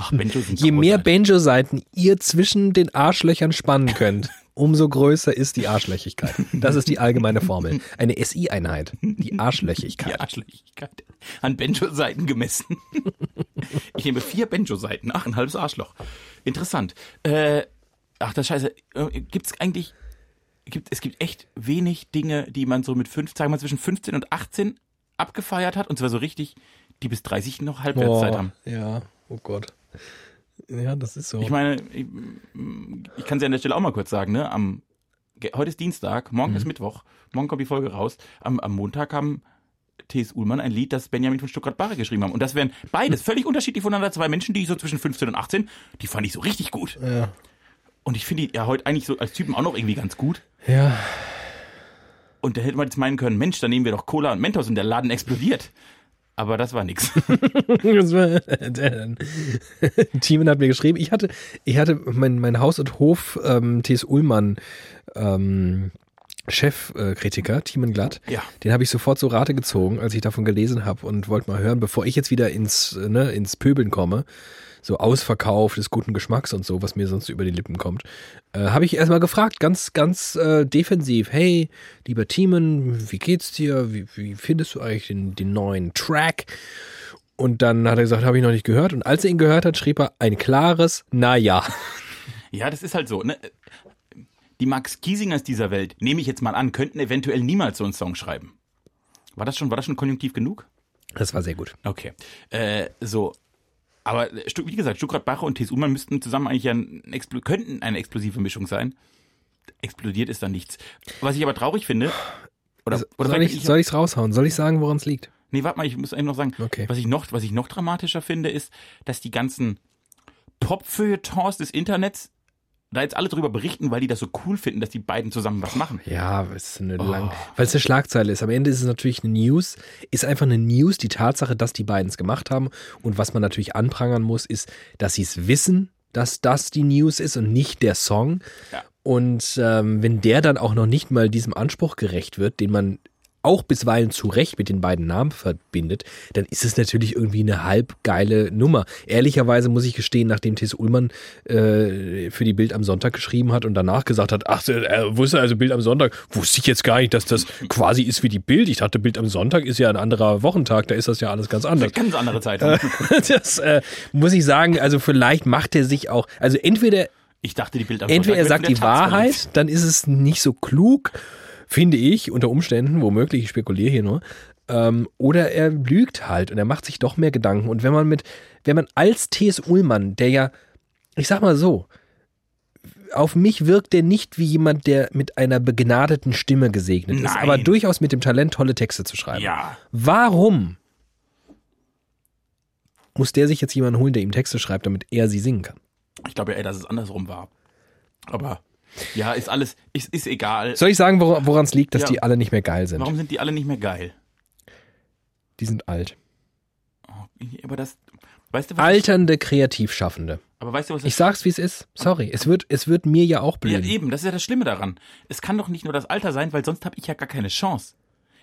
Speaker 1: Ach, Benjo sind
Speaker 2: Je mehr
Speaker 1: großartig.
Speaker 2: Banjo-Seiten ihr zwischen den Arschlöchern spannen könnt, umso größer ist die Arschlöchigkeit. Das ist die allgemeine Formel. Eine SI-Einheit. Die Arschlöchigkeit.
Speaker 1: Die Arschlöchigkeit. An Benjo-Seiten gemessen. Ich nehme vier Benjo-Seiten. Ach, ein halbes Arschloch. Interessant. Äh, ach, das Scheiße. Äh, Gibt's eigentlich, gibt, es gibt echt wenig Dinge, die man so mit fünf, sagen wir mal zwischen 15 und 18 abgefeiert hat. Und zwar so richtig, die bis 30 noch Halbwertszeit haben.
Speaker 2: ja, oh Gott. Ja, das ist so.
Speaker 1: Ich meine, ich, ich kann es ja an der Stelle auch mal kurz sagen, ne? Am, ge- heute ist Dienstag, morgen ist Mittwoch, morgen kommt die Folge raus. Am, am Montag haben T.S. Ullmann ein Lied, das Benjamin von Stuttgart-Barre geschrieben haben. Und das wären beides völlig unterschiedlich voneinander. Zwei Menschen, die ich so zwischen 15 und 18, die fand ich so richtig gut.
Speaker 2: ja.
Speaker 1: Und ich finde die ja heute eigentlich so als Typen auch noch irgendwie ganz gut.
Speaker 2: ja,
Speaker 1: Und da hätte man jetzt meinen können, Mensch, dann nehmen wir doch Cola und Mentos und der Laden explodiert. Aber das war nix.
Speaker 2: Das war- Timon hat mir geschrieben, ich hatte, ich hatte mein, mein Haus und Hof ähm, T.S. Ullmann ähm, Chefkritiker, Thiemen Glatt,
Speaker 1: Ja.
Speaker 2: den habe ich sofort zur Rate gezogen, als ich davon gelesen habe und wollte mal hören, bevor ich jetzt wieder ins, äh, ne, ins Pöbeln komme, so Ausverkauf des guten Geschmacks und so, was mir sonst über die Lippen kommt, äh, habe ich erstmal gefragt, ganz, ganz äh, defensiv, hey, lieber Thiemen, wie geht's dir? Wie, wie findest du eigentlich den, den neuen Track? Und dann hat er gesagt, habe ich noch nicht gehört. Und als er ihn gehört hat, schrieb er ein klares Naja.
Speaker 1: Ja, das ist halt so. Ne? Die Max Giesingers dieser Welt, nehme ich jetzt mal an, könnten eventuell niemals so einen Song schreiben. War das schon, war das schon konjunktiv genug?
Speaker 2: Das war sehr gut.
Speaker 1: Okay. Äh, so. Aber äh, Stu- wie gesagt, Stuttgart Bache und TSU, man müssten zusammen eigentlich ja ein, Explo könnten eine explosive Mischung sein. Explodiert ist da nichts. Was ich aber traurig finde. Oder, oder
Speaker 2: Also, soll
Speaker 1: vielleicht-
Speaker 2: ich es soll ich's raushauen? Soll ich sagen, woran es liegt?
Speaker 1: Nee, warte mal, ich muss eben noch sagen,
Speaker 2: Okay.
Speaker 1: was, ich noch, was ich noch dramatischer finde, ist, dass die ganzen Pop-Feuilletons des Internets da jetzt alle drüber berichten, weil die das so cool finden, dass die beiden zusammen was machen.
Speaker 2: Ja, weil es eine, lang, weil es eine Schlagzeile ist. Am Ende ist es natürlich eine News. Ist einfach eine News die Tatsache, dass die beiden es gemacht haben. Und was man natürlich anprangern muss, ist, dass sie es wissen, dass das die News ist und nicht der Song.
Speaker 1: Ja.
Speaker 2: Und ähm, wenn der dann auch noch nicht mal diesem Anspruch gerecht wird, den man auch bisweilen zu Recht mit den beiden Namen verbindet, dann ist es natürlich irgendwie eine halb geile Nummer. Ehrlicherweise muss ich gestehen, nachdem T.S. Ullmann äh, für die Bild am Sonntag geschrieben hat und danach gesagt hat, ach, äh, wusste also Bild am Sonntag, wusste ich jetzt gar nicht, dass das quasi ist wie die Bild. Ich dachte, Bild am Sonntag ist ja ein anderer Wochentag, da ist das ja alles ganz anders.
Speaker 1: Ganz andere Zeitung.
Speaker 2: Das äh, muss ich sagen, also vielleicht macht er sich auch, also entweder
Speaker 1: Ich dachte, die Bild am
Speaker 2: Entweder er
Speaker 1: Sonntag
Speaker 2: sagt
Speaker 1: wird in
Speaker 2: die
Speaker 1: der Taz verlegt.
Speaker 2: Wahrheit, dann ist es nicht so klug, finde ich, unter Umständen, womöglich, ich spekuliere hier nur. Ähm, oder er lügt halt und er macht sich doch mehr Gedanken. Und wenn man mit, wenn man als T.S. Ullmann, der ja, ich sag mal so, auf mich wirkt der nicht wie jemand, der mit einer begnadeten Stimme gesegnet ist,
Speaker 1: Nein.
Speaker 2: aber durchaus mit dem Talent, tolle Texte zu schreiben.
Speaker 1: Ja.
Speaker 2: Warum muss der sich jetzt jemanden holen, der ihm Texte schreibt, damit er sie singen kann?
Speaker 1: Ich glaube ja, eher, dass es andersrum war. Aber ja, ist alles, ist, ist egal.
Speaker 2: Soll ich sagen, woran es liegt, dass
Speaker 1: Ja.
Speaker 2: die alle nicht mehr geil sind?
Speaker 1: Warum sind die alle nicht mehr geil?
Speaker 2: Die sind alt.
Speaker 1: Aber das, weißt du was?
Speaker 2: Alternde Kreativschaffende.
Speaker 1: Aber weißt du was? das-
Speaker 2: Ich sag's, wie es ist. Sorry, es wird, es wird mir ja auch
Speaker 1: Ja,
Speaker 2: blühen.
Speaker 1: eben, das ist ja das Schlimme daran. Es kann doch nicht nur das Alter sein, weil sonst habe ich ja gar keine Chance.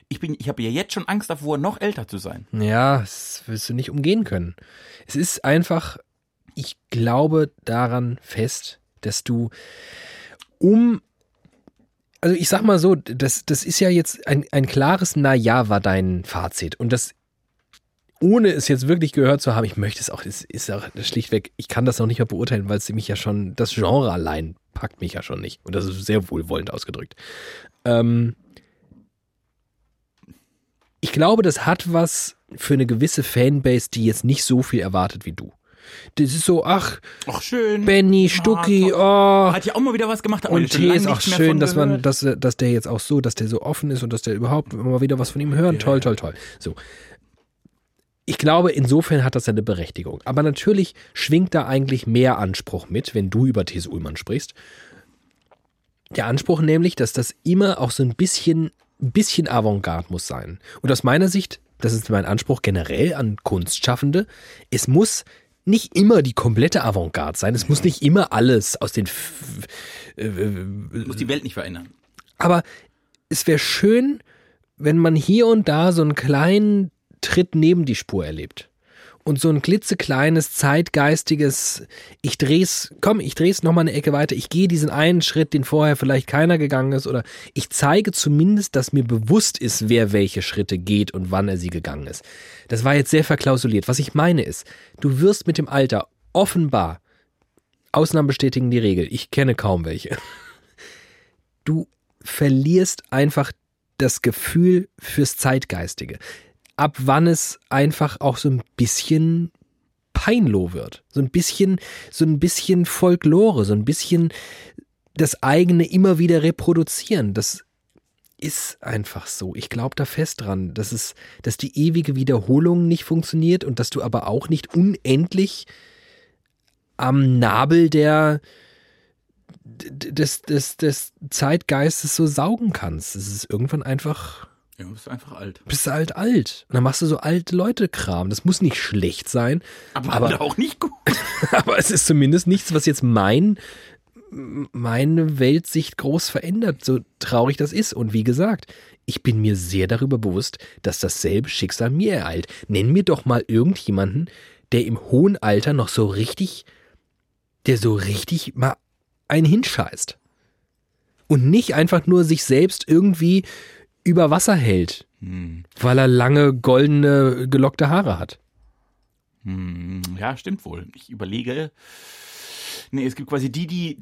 Speaker 1: Ich bin, ich habe ja jetzt schon Angst davor, noch älter zu sein.
Speaker 2: Ja, das wirst du nicht umgehen können. Es ist einfach, ich glaube daran fest, dass du um, also ich sag mal so, das, das ist ja jetzt ein, ein klares Naja war dein Fazit. Und das, ohne es jetzt wirklich gehört zu haben, ich möchte es auch, es ist auch schlichtweg, ich kann das noch nicht mehr beurteilen, weil es mich ja schon, das Genre allein packt mich ja schon nicht. Und das ist sehr wohlwollend ausgedrückt. Ähm, ich glaube, das hat was für eine gewisse Fanbase, die jetzt nicht so viel erwartet wie du. Das ist so, ach,
Speaker 1: Ach schön.
Speaker 2: Benny, Stucki, oh.
Speaker 1: Hat ja auch mal wieder was gemacht. hat man
Speaker 2: Und
Speaker 1: schon lange
Speaker 2: hier ist auch
Speaker 1: nichts mehr
Speaker 2: schön,
Speaker 1: von
Speaker 2: dass man,
Speaker 1: gehört.
Speaker 2: dass, äh, dass der jetzt auch so, dass der so offen ist und dass der überhaupt immer wieder was von ihm hören. Toll, toll, toll. So. Ich glaube, insofern hat das seine Berechtigung. Aber natürlich schwingt da eigentlich mehr Anspruch mit, wenn du über These Ullmann sprichst. Der Anspruch nämlich, dass das immer auch so ein bisschen, ein bisschen Avantgarde muss sein. Und aus meiner Sicht, das ist mein Anspruch generell an Kunstschaffende, es muss nicht immer die komplette Avantgarde sein. Es muss nicht immer alles aus den F-
Speaker 1: muss die Welt nicht verändern.
Speaker 2: Äh, aber es wäre schön, wenn man hier und da so einen kleinen Tritt neben die Spur erlebt. Und so ein klitzekleines, zeitgeistiges, ich dreh's, komm, ich dreh's nochmal eine Ecke weiter, ich gehe diesen einen Schritt, den vorher vielleicht keiner gegangen ist, oder ich zeige zumindest, dass mir bewusst ist, wer welche Schritte geht und wann er sie gegangen ist. Das war jetzt sehr verklausuliert. Was ich meine ist, du wirst mit dem Alter offenbar, Ausnahmen bestätigen die Regel, ich kenne kaum welche, du verlierst einfach das Gefühl fürs Zeitgeistige. Ab wann es einfach auch so ein bisschen peinloh wird. So ein bisschen, so ein bisschen Folklore, so ein bisschen das eigene immer wieder reproduzieren. Das ist einfach so. Ich glaube da fest dran, dass es, dass die ewige Wiederholung nicht funktioniert und dass du aber auch nicht unendlich am Nabel der, d- des, des, des Zeitgeistes so saugen kannst. Es ist irgendwann einfach,
Speaker 1: Ja, du bist einfach alt.
Speaker 2: bist du halt alt. Und dann machst du so alte Leute-Kram. Das muss nicht schlecht sein,
Speaker 1: Aber,
Speaker 2: Aber-
Speaker 1: auch nicht gut.
Speaker 2: aber es ist zumindest nichts, was jetzt mein meine Weltsicht groß verändert, so traurig das ist. Und wie gesagt, ich bin mir sehr darüber bewusst, dass dasselbe Schicksal mir ereilt. Nenn mir doch mal irgendjemanden, der im hohen Alter noch so richtig, der so richtig mal einen hinscheißt. Und nicht einfach nur sich selbst irgendwie über Wasser hält,
Speaker 1: Hm.
Speaker 2: weil er lange goldene, gelockte Haare hat.
Speaker 1: Hm. Ja, stimmt wohl. Ich überlege. Nee, es gibt quasi die, die,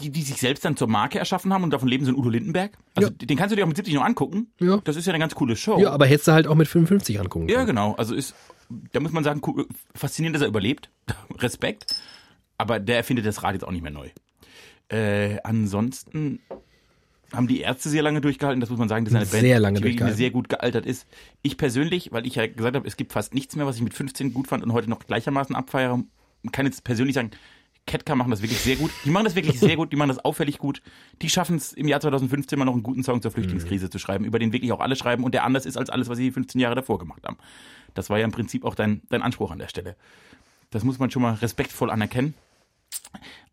Speaker 1: die, die sich selbst dann zur Marke erschaffen haben und davon leben, sind Udo Lindenberg. Also
Speaker 2: Ja.
Speaker 1: den kannst du dir auch mit 70 noch angucken.
Speaker 2: Ja.
Speaker 1: Das ist ja eine ganz coole Show.
Speaker 2: Ja, aber hättest du halt auch mit 55 angucken
Speaker 1: Ja,
Speaker 2: können.
Speaker 1: genau. Also ist, da muss man sagen, cool, faszinierend, dass er überlebt. Respekt. Aber der erfindet das Rad jetzt auch nicht mehr neu. Äh, ansonsten haben die Ärzte sehr lange durchgehalten. Das muss man sagen, das ist eine
Speaker 2: Sehr
Speaker 1: Band,
Speaker 2: lange
Speaker 1: die wirklich
Speaker 2: durchgehalten.
Speaker 1: sehr gut gealtert ist. Ich persönlich, weil ich ja gesagt habe, es gibt fast nichts mehr, was ich mit 15 gut fand und heute noch gleichermaßen abfeiere, kann jetzt persönlich sagen, Ketka machen das wirklich sehr gut. Die machen das wirklich sehr gut, die machen das auffällig gut. Die schaffen es im Jahr 2015 mal noch einen guten Song zur Flüchtlingskrise zu schreiben, über den wirklich auch alle schreiben und der anders ist als alles, was sie die 15 Jahre davor gemacht haben. Das war ja im Prinzip auch dein, dein Anspruch an der Stelle. Das muss man schon mal respektvoll anerkennen.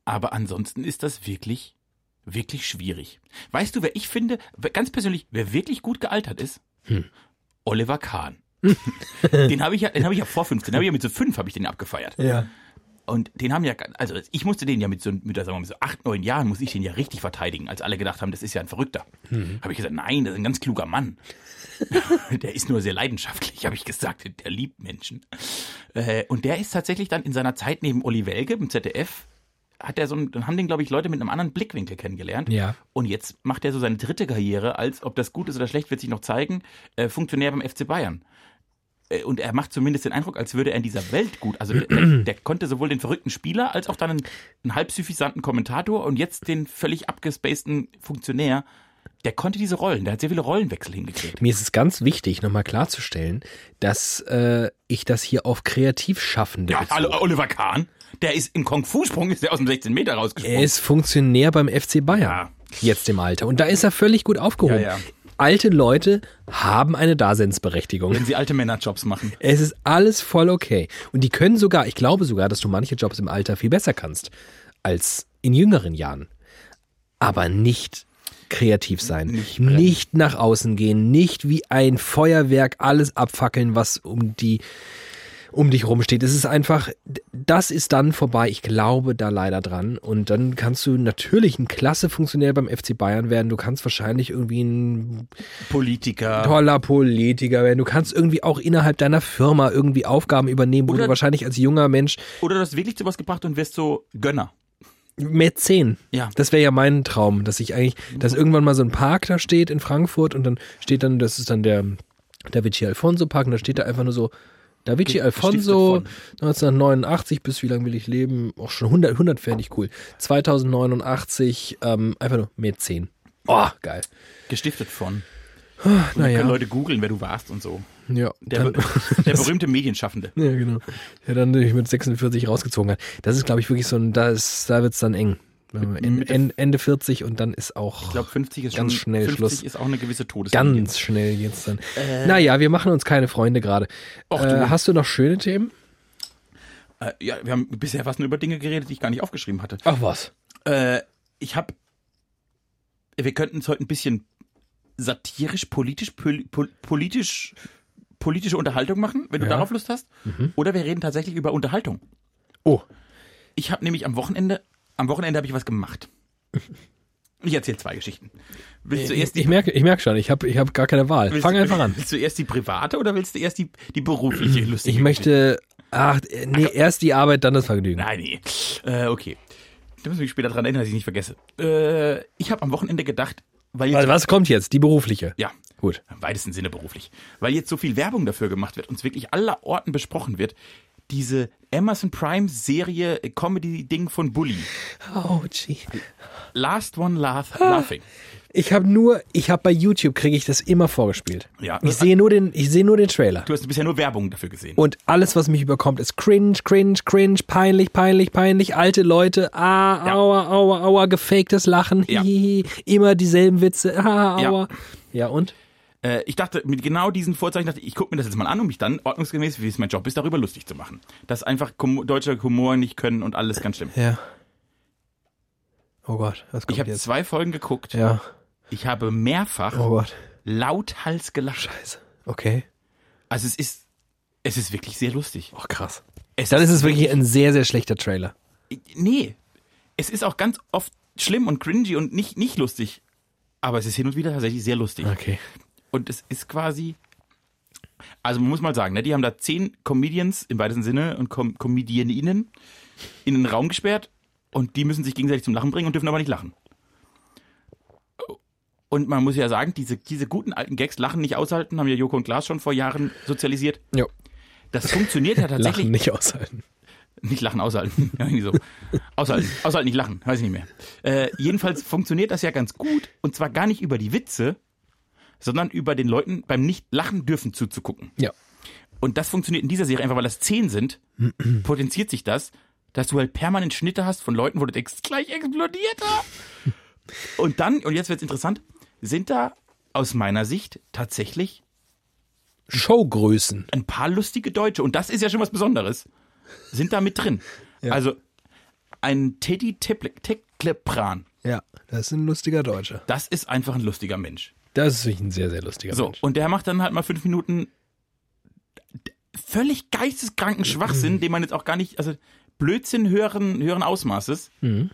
Speaker 1: Aber ansonsten ist das wirklich, wirklich schwierig. Weißt du, wer ich finde, wer- ganz persönlich, wer wirklich gut gealtert ist? Oliver Kahn. den habe ich ja, den habe ich ja vor 15, den habe ich ja mit so fünf habe ich den abgefeiert.
Speaker 2: Ja.
Speaker 1: Und den haben ja, also ich musste den ja mit so, mit, sagen wir mal, so acht, neun Jahren muss ich den ja richtig verteidigen, als alle gedacht haben, das ist ja ein Verrückter. Habe ich gesagt, nein, das ist ein ganz kluger Mann. der ist nur sehr leidenschaftlich, habe ich gesagt, der liebt Menschen. Äh, und der ist tatsächlich dann in seiner Zeit neben Olli Welke im ZDF, hat er so einen, dann haben den, glaube ich, Leute mit einem anderen Blickwinkel kennengelernt.
Speaker 2: Ja.
Speaker 1: Und jetzt macht er so seine dritte Karriere, als ob das gut ist oder schlecht, wird sich noch zeigen, äh, Funktionär beim FC Bayern. Äh, und er macht zumindest den Eindruck, als würde er in dieser Welt gut. Also der, der, der konnte sowohl den verrückten Spieler als auch dann einen, einen halb suffisanten Kommentator und jetzt den völlig abgespaceden Funktionär. Der konnte diese Rollen, der hat sehr viele Rollenwechsel hingekriegt.
Speaker 2: Mir ist es ganz wichtig, nochmal klarzustellen, dass äh, ich das hier auf Kreativschaffende
Speaker 1: Ja,
Speaker 2: bezog.
Speaker 1: hallo, Oliver Kahn, der ist im Kung-Fu-Sprung, ist der aus dem 16 Meter rausgesprungen.
Speaker 2: Er ist Funktionär beim FC Bayern.
Speaker 1: Ja.
Speaker 2: Jetzt im Alter. Und da ist er völlig gut aufgehoben.
Speaker 1: Ja, ja.
Speaker 2: Alte Leute haben eine Daseinsberechtigung.
Speaker 1: wenn sie alte Männerjobs machen.
Speaker 2: Es ist alles voll okay. Und die können sogar, ich glaube sogar, dass du manche Jobs im Alter viel besser kannst als in jüngeren Jahren. Aber nicht kreativ sein, nicht, nach außen gehen, nicht wie ein Feuerwerk alles abfackeln, was um die um dich rumsteht. Es ist einfach, d- das ist dann vorbei. Ich glaube da leider dran. Und dann kannst du natürlich ein klasse Funktionär beim FC Bayern werden. Du kannst wahrscheinlich irgendwie ein
Speaker 1: Politiker.
Speaker 2: toller Politiker werden. Du kannst irgendwie auch innerhalb deiner Firma irgendwie Aufgaben übernehmen, wo
Speaker 1: Oder-
Speaker 2: du wahrscheinlich als junger Mensch
Speaker 1: Oder du hast wirklich zu was gebracht und wirst so Gönner.
Speaker 2: Mäzen.
Speaker 1: Ja.
Speaker 2: Das wäre ja mein Traum, dass ich eigentlich, dass irgendwann mal so ein Park da steht in Frankfurt und dann steht dann, das ist dann der Da Vinci Alfonso Park und da steht da einfach nur so Da Vinci Alfonso
Speaker 1: von.
Speaker 2: 1989 bis wie lange will ich leben? Auch schon 100, 100 fände ich cool. 2089 ähm, einfach nur Mäzen. Oh, geil.
Speaker 1: Gestiftet von. Können
Speaker 2: Naja,
Speaker 1: Leute googeln, wer du warst und so.
Speaker 2: ja,
Speaker 1: Der,
Speaker 2: dann,
Speaker 1: der berühmte Medienschaffende.
Speaker 2: Ja, genau. Der dann natürlich mit 46 rausgezogen hat. Das ist, glaube ich, wirklich so ein, da, ist- da wird's dann eng. Wenn wir en- en- Ende 40 und dann ist auch
Speaker 1: Ich glaube, 50 ist
Speaker 2: Ganz
Speaker 1: schon,
Speaker 2: schnell
Speaker 1: 50
Speaker 2: Schluss.
Speaker 1: ist auch eine gewisse Todeslinie.
Speaker 2: ganz schnell jetzt dann. naja, wir machen uns keine Freunde gerade.
Speaker 1: Och,
Speaker 2: Äh,
Speaker 1: du.
Speaker 2: hast du noch schöne Themen?
Speaker 1: Äh, ja, wir haben bisher fast nur über Dinge geredet, die ich gar nicht aufgeschrieben hatte.
Speaker 2: Ach was.
Speaker 1: Äh, ich habe, wir könnten es heute ein bisschen satirisch, politisch, pol, pol, politisch, politische Unterhaltung machen, wenn du
Speaker 2: Ja. Mhm.
Speaker 1: darauf Lust hast. Oder wir reden tatsächlich über Unterhaltung.
Speaker 2: Oh,
Speaker 1: Ich habe nämlich am Wochenende, am Wochenende habe ich was gemacht. Ich erzähle zwei Geschichten. Willst du
Speaker 2: ich,
Speaker 1: erst die
Speaker 2: Äh, ich merke ich merk schon, ich habe ich hab gar keine Wahl.
Speaker 1: willst
Speaker 2: Fang
Speaker 1: du-
Speaker 2: einfach an.
Speaker 1: Willst du erst die private oder willst du erst die, die berufliche lustige
Speaker 2: Ich möchte, ach, äh, nee, erst die Arbeit, dann das Vergnügen.
Speaker 1: Nein, nee. Äh, okay. Da müssen wir mich später dran erinnern, dass ich nicht vergesse. Äh, ich habe am Wochenende gedacht, weil jetzt.
Speaker 2: Also, was kommt jetzt? Die berufliche.
Speaker 1: Ja,
Speaker 2: Gut.
Speaker 1: im weitesten Sinne beruflich. Weil jetzt so viel Werbung dafür gemacht wird, uns wirklich aller Orten besprochen wird. Diese Amazon Prime Serie äh, Comedy-Ding von Bully.
Speaker 2: Oh, gee.
Speaker 1: Last One Laugh
Speaker 2: Ah.
Speaker 1: Laughing.
Speaker 2: Ich habe nur, ich habe bei YouTube, kriege ich das immer vorgespielt.
Speaker 1: Ja.
Speaker 2: Ich sehe nur, den, ich seh nur den Trailer.
Speaker 1: Du hast bisher nur Werbung dafür gesehen.
Speaker 2: Und alles, was mich überkommt, ist cringe, cringe, cringe, peinlich, peinlich, peinlich, alte Leute, ah,
Speaker 1: Ja.
Speaker 2: aua, aua, aua, gefaktes Lachen,
Speaker 1: Ja.
Speaker 2: hihihi, immer dieselben Witze, ah,
Speaker 1: Ja.
Speaker 2: aua. Ja, und?
Speaker 1: Äh, ich dachte, mit genau diesen Vorzeichen dachte ich, ich gucke mir das jetzt mal an, um mich dann ordnungsgemäß, wie es mein Job ist, darüber lustig zu machen. Dass einfach Kom deutscher Humor nicht können und alles ganz schlimm.
Speaker 2: Ja. Oh Gott, was kommt
Speaker 1: Ich habe
Speaker 2: jetzt?
Speaker 1: zwei Folgen geguckt.
Speaker 2: Ja.
Speaker 1: Ich habe mehrfach
Speaker 2: Oh Gott.
Speaker 1: lauthals gelacht.
Speaker 2: Scheiße. Okay.
Speaker 1: Also es ist, es ist wirklich sehr lustig.
Speaker 2: Oh, krass. Dann ist es wirklich ein sehr, sehr schlechter Trailer.
Speaker 1: Nee, es ist auch ganz oft schlimm und cringy und nicht, nicht lustig. Aber es ist hin und wieder tatsächlich sehr lustig.
Speaker 2: Okay.
Speaker 1: Und es ist quasi, also man muss mal sagen, ne, die haben da zehn Comedians im weitesten Sinne und Com Comedianinnen in den Raum gesperrt und die müssen sich gegenseitig zum Lachen bringen und dürfen aber nicht lachen. Und man muss ja sagen, diese, diese guten alten Gags, Lachen nicht aushalten, haben ja Joko und Klaas schon vor Jahren sozialisiert.
Speaker 2: Jo.
Speaker 1: Das funktioniert ja tatsächlich.
Speaker 2: Lachen nicht aushalten.
Speaker 1: Nicht lachen, aushalten. Ja, irgendwie so. Aushalten, aushalten, nicht lachen. Weiß ich nicht mehr. Äh, jedenfalls funktioniert das ja ganz gut. Und zwar gar nicht über die Witze, sondern über den Leuten beim Nicht-Lachen dürfen zuzugucken.
Speaker 2: Ja.
Speaker 1: Und das funktioniert in dieser Serie einfach, weil das zehn sind, potenziert sich das, dass du halt permanent Schnitte hast von Leuten, wo du denkst, gleich explodiert er. Und dann, und jetzt wird's interessant, sind da aus meiner Sicht tatsächlich
Speaker 2: Showgrößen.
Speaker 1: ein paar lustige Deutsche, und das ist ja schon was Besonderes, sind da mit drin. Also ein Teddy Teple- Teklepran,
Speaker 2: Ja, das ist ein lustiger Deutscher.
Speaker 1: das ist einfach ein lustiger Mensch.
Speaker 2: Das ist wirklich ein sehr, sehr lustiger
Speaker 1: So,
Speaker 2: Mensch.
Speaker 1: und der macht dann halt mal fünf Minuten völlig geisteskranken Schwachsinn, den man jetzt auch gar nicht, also Blödsinn höheren, höheren Ausmaßes,
Speaker 2: Mhm.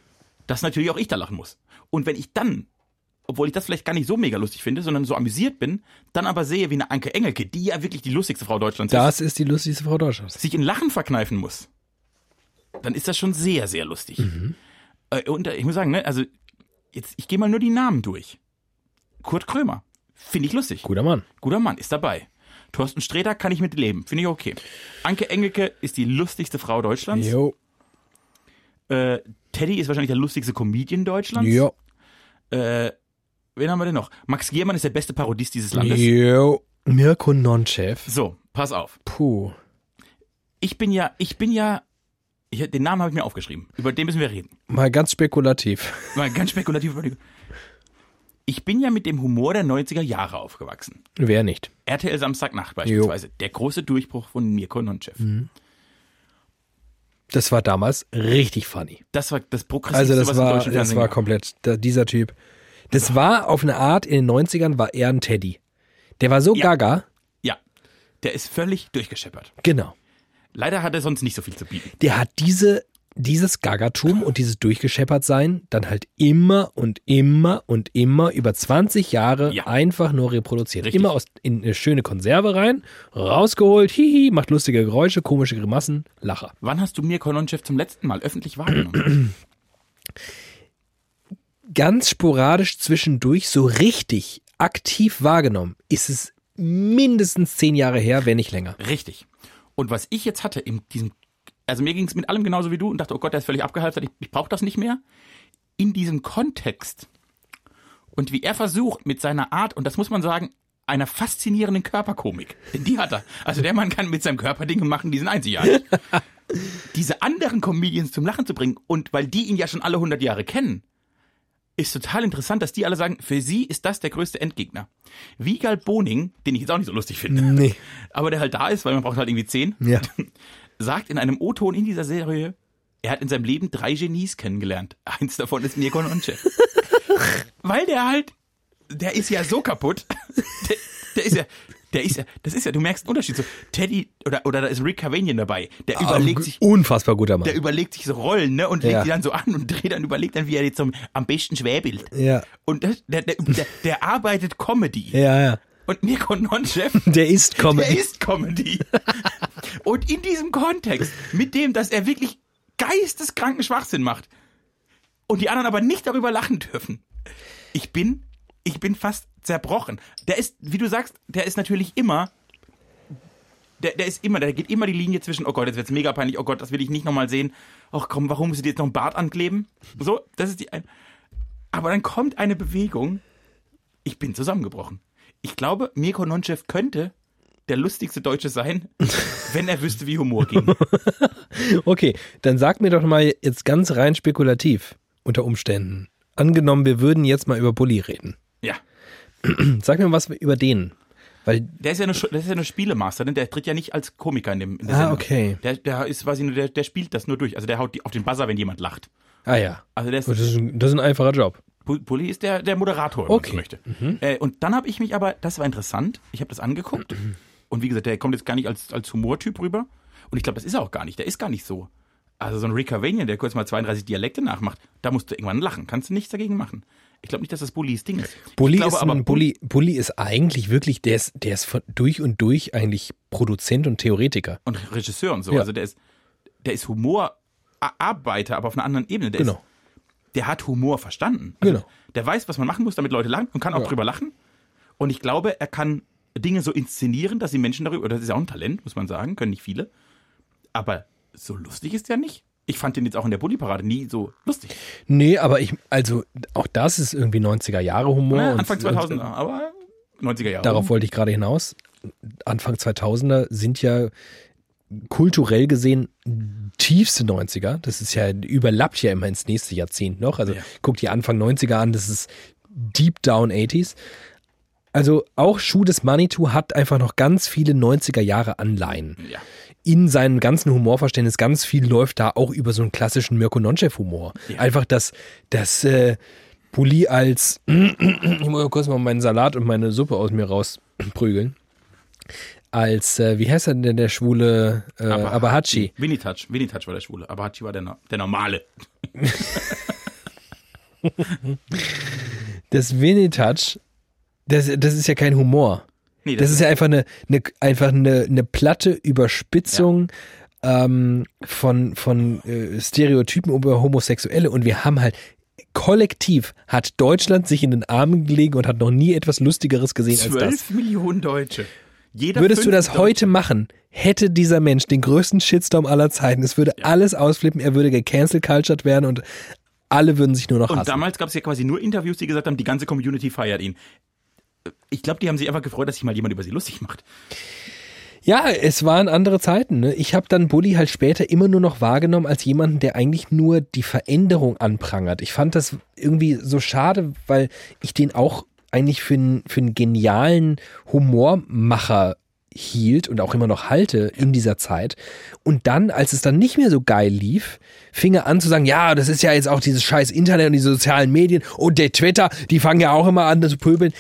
Speaker 1: dass natürlich auch ich da lachen muss. Und wenn ich dann, obwohl ich das vielleicht gar nicht so mega lustig finde, sondern so amüsiert bin, dann aber sehe, wie eine Anke Engelke, die ja wirklich die lustigste Frau Deutschlands ist,
Speaker 2: Das ist die lustigste Frau Deutschlands.
Speaker 1: sich in Lachen verkneifen muss, dann ist das schon sehr, sehr lustig.
Speaker 2: Mhm.
Speaker 1: Äh, und äh, ich muss sagen, ne, also jetzt, ich gehe mal nur die Namen durch. Kurt Krömer, finde ich lustig.
Speaker 2: Guter Mann.
Speaker 1: Guter Mann, ist dabei. Thorsten Sträter kann ich mit leben, finde ich okay. Anke Engelke ist die lustigste Frau Deutschlands.
Speaker 2: Jo.
Speaker 1: Äh, Teddy ist wahrscheinlich der lustigste Comedian Deutschlands.
Speaker 2: Jo.
Speaker 1: Äh, wen haben wir denn noch? Max Giermann ist der beste Parodist dieses Landes.
Speaker 2: Jo. Mirko Nonchef.
Speaker 1: So, pass auf.
Speaker 2: Puh.
Speaker 1: Ich bin ja, ich bin ja, ich, den Namen habe ich mir aufgeschrieben. Über den müssen wir reden.
Speaker 2: Mal ganz spekulativ.
Speaker 1: Mal ganz spekulativ überlegen. Ich bin ja mit dem Humor der 90er Jahre aufgewachsen.
Speaker 2: Wer nicht?
Speaker 1: RTL Samstagnacht beispielsweise. Der große Durchbruch von Mirko Nonchev.
Speaker 2: Mhm. Das war damals richtig funny.
Speaker 1: Das war das Progressivste,
Speaker 2: Also das
Speaker 1: was im
Speaker 2: war,
Speaker 1: deutschen
Speaker 2: das
Speaker 1: Fernsehen
Speaker 2: war
Speaker 1: gab.
Speaker 2: komplett da, dieser Typ. Das war auf eine Art, in den 90ern war er ein Teddy. Der war so
Speaker 1: Ja.
Speaker 2: gaga.
Speaker 1: Ja, der ist völlig durchgescheppert.
Speaker 2: Genau.
Speaker 1: Leider hat er sonst nicht so viel zu bieten.
Speaker 2: Der hat diese, dieses Gagatum und dieses Durchgescheppertsein dann halt immer und immer und immer über 20 Jahre
Speaker 1: Ja.
Speaker 2: einfach nur reproduziert.
Speaker 1: Richtig.
Speaker 2: Immer aus, in eine schöne Konserve rein, rausgeholt, hihi, macht lustige Geräusche, komische Grimassen, Lacher.
Speaker 1: Wann hast du mir Kononchev zum letzten Mal öffentlich wahrgenommen?
Speaker 2: ganz sporadisch zwischendurch so richtig aktiv wahrgenommen, ist es mindestens zehn Jahre her, wenn nicht länger.
Speaker 1: Richtig. Und was ich jetzt hatte in diesem, also mir ging es mit allem genauso wie du und dachte, oh Gott, der ist völlig abgehalftert, ich, ich brauche das nicht mehr. In diesem Kontext und wie er versucht mit seiner Art, und das muss man sagen, einer faszinierenden Körperkomik, denn die hat er. Also der Mann kann mit seinem Körper Dinge machen, die sind einzigartig. Diese anderen Comedians zum Lachen zu bringen und weil die ihn ja schon alle 100 Jahre kennen, ist total interessant, dass die alle sagen, für sie ist das der größte Endgegner. Wiegald Boning, den ich jetzt auch nicht so lustig finde,
Speaker 2: Nee.
Speaker 1: aber der halt da ist, weil man braucht halt irgendwie zehn,
Speaker 2: Ja.
Speaker 1: sagt in einem O-Ton in dieser Serie, er hat in seinem Leben drei Genies kennengelernt. Eins davon ist Mirko Nonchev. weil der halt, der ist ja so kaputt. Der, der ist ja, der ist ja, das ist ja, du merkst einen Unterschied. So, Teddy, oder, oder da ist Rick Cavanian dabei. Der
Speaker 2: Ah,
Speaker 1: überlegt sich,
Speaker 2: Unfassbar guter Mann.
Speaker 1: der überlegt sich so Rollen, ne, und legt
Speaker 2: um Ja.
Speaker 1: die dann so an und dreht dann, überlegt dann, wie er jetzt zum, am besten schwäbelt.
Speaker 2: Ja.
Speaker 1: Und das, der, der, der, der arbeitet Comedy.
Speaker 2: Ja, ja.
Speaker 1: Und Mirko Nonchev
Speaker 2: Der ist
Speaker 1: der
Speaker 2: Comedy.
Speaker 1: ist Comedy. Und in diesem Kontext, mit dem, dass er wirklich geisteskranken Schwachsinn macht und die anderen aber nicht darüber lachen dürfen. Ich bin, ich bin fast zerbrochen. Der ist, wie du sagst, der ist natürlich immer, der, der ist immer, der geht immer die Linie zwischen, oh Gott, jetzt wird's mega peinlich, oh Gott, das will ich nicht nochmal sehen. Ach komm, warum musst du dir jetzt noch einen Bart ankleben? So, das ist die, ein aber dann kommt eine Bewegung, ich bin zusammengebrochen. Ich glaube, Mirko Nonchev könnte der lustigste Deutsche sein, wenn er wüsste, wie Humor ging.
Speaker 2: Okay, dann sag mir doch mal jetzt ganz rein spekulativ unter Umständen. Angenommen, wir würden jetzt mal über Bulli reden.
Speaker 1: Ja.
Speaker 2: Sag mir was über den. Weil,
Speaker 1: Der ist ja eine, Sch- der ist ja eine Spielemaster, denn der tritt ja nicht als Komiker in dem in der
Speaker 2: Ah,
Speaker 1: Sendung.
Speaker 2: okay.
Speaker 1: Der, der ist quasi nur, der, der spielt das nur durch. Also der haut die auf den Buzzer, wenn jemand lacht.
Speaker 2: Ah ja.
Speaker 1: Also der ist
Speaker 2: Das ist ein, das ist ein einfacher Job.
Speaker 1: Pu- Pulli ist der, der Moderator, wenn
Speaker 2: Okay. Mhm.
Speaker 1: man so möchte. Äh, und dann habe ich mich aber, das war interessant, ich habe das angeguckt und wie gesagt, der kommt jetzt gar nicht als, als Humortyp rüber und ich glaube, das ist er auch gar nicht, der ist gar nicht so. Also so ein Rick Cavanian, der kurz mal 32 Dialekte nachmacht, da musst du irgendwann lachen, kannst du nichts dagegen machen. Ich glaube nicht, dass das Bullis Ding ist.
Speaker 2: Bulli,
Speaker 1: ich glaube
Speaker 2: ist ein,
Speaker 1: aber,
Speaker 2: Bulli, Bulli ist eigentlich wirklich, der ist, der ist von, durch und durch eigentlich Produzent und Theoretiker.
Speaker 1: und Regisseur und so,
Speaker 2: Ja.
Speaker 1: also der ist, der ist Humorarbeiter, aber auf einer anderen Ebene. Der
Speaker 2: Genau.
Speaker 1: Ist, der hat Humor verstanden. Also
Speaker 2: Genau.
Speaker 1: Der weiß, was man machen muss, damit Leute lachen und kann auch
Speaker 2: Ja.
Speaker 1: drüber lachen. Und ich glaube, er kann Dinge so inszenieren, dass die Menschen darüber, oder das ist ja auch ein Talent, muss man sagen, können nicht viele. Aber so lustig ist er nicht. Ich fand den jetzt auch in der Bulli-Parade nie so lustig.
Speaker 2: Nee, aber ich, also auch das ist irgendwie 90er Jahre Humor.
Speaker 1: Naja,
Speaker 2: und-
Speaker 1: Ne? Anfang
Speaker 2: und-
Speaker 1: 2000er, aber 90er Jahre.
Speaker 2: Darauf wollte ich gerade hinaus. Anfang 2000er sind ja kulturell gesehen tiefste 90er. Das ist ja, überlappt ja immer ins nächste Jahrzehnt noch. Also
Speaker 1: Ja.
Speaker 2: guck dir Anfang 90er an, das ist deep down 80s. Also auch Schuh des Manitou hat einfach noch ganz viele 90er Jahre Anleihen.
Speaker 1: Ja.
Speaker 2: In seinem ganzen Humorverständnis, ganz viel läuft da auch über so einen klassischen Mirko Nonchef-Humor.
Speaker 1: Ja.
Speaker 2: Einfach das, das äh, Pulli als ich muss mal kurz mal meinen Salat und meine Suppe aus mir rausprügeln. Als, äh, wie heißt er denn der schwule äh, Abahachi?
Speaker 1: Winnie Touch. Winnie Touch war der Schwule. Aber Hachi war der, No- der Normale.
Speaker 2: Das Winnetouch, das, das ist ja kein Humor.
Speaker 1: Nee,
Speaker 2: Das ist ja einfach eine, eine, einfach eine, eine platte Überspitzung ähm, von, von äh, Stereotypen über Homosexuelle. Und wir haben halt, kollektiv hat Deutschland sich in den Armen gelegen und hat noch nie etwas Lustigeres gesehen als das.
Speaker 1: 12 Millionen Deutsche. Jeder
Speaker 2: Würdest du
Speaker 1: fünfte
Speaker 2: das heute machen, hätte dieser Mensch den größten Shitstorm aller Zeiten. Es würde alles ausflippen, er würde gecancel-cultured werden und alle würden sich nur noch
Speaker 1: Und
Speaker 2: hassen.
Speaker 1: damals gab es ja quasi nur Interviews, die gesagt haben, die ganze Community feiert ihn. Ich glaube, die haben sich einfach gefreut, dass sich mal jemand über sie lustig macht.
Speaker 2: Ja, es waren andere Zeiten. Ne? Ich habe dann Bully halt später immer nur noch wahrgenommen als jemanden, der eigentlich nur die Veränderung anprangert. Ich fand das irgendwie so schade, weil ich den auch eigentlich für einen, für einen genialen Humormacher hielt und auch immer noch halte in dieser Zeit. Und dann, als es dann nicht mehr so geil lief, fing er an zu sagen, ja, das ist ja jetzt auch dieses scheiß Internet und die sozialen Medien und der Twitter, die fangen ja auch immer an zu pöbeln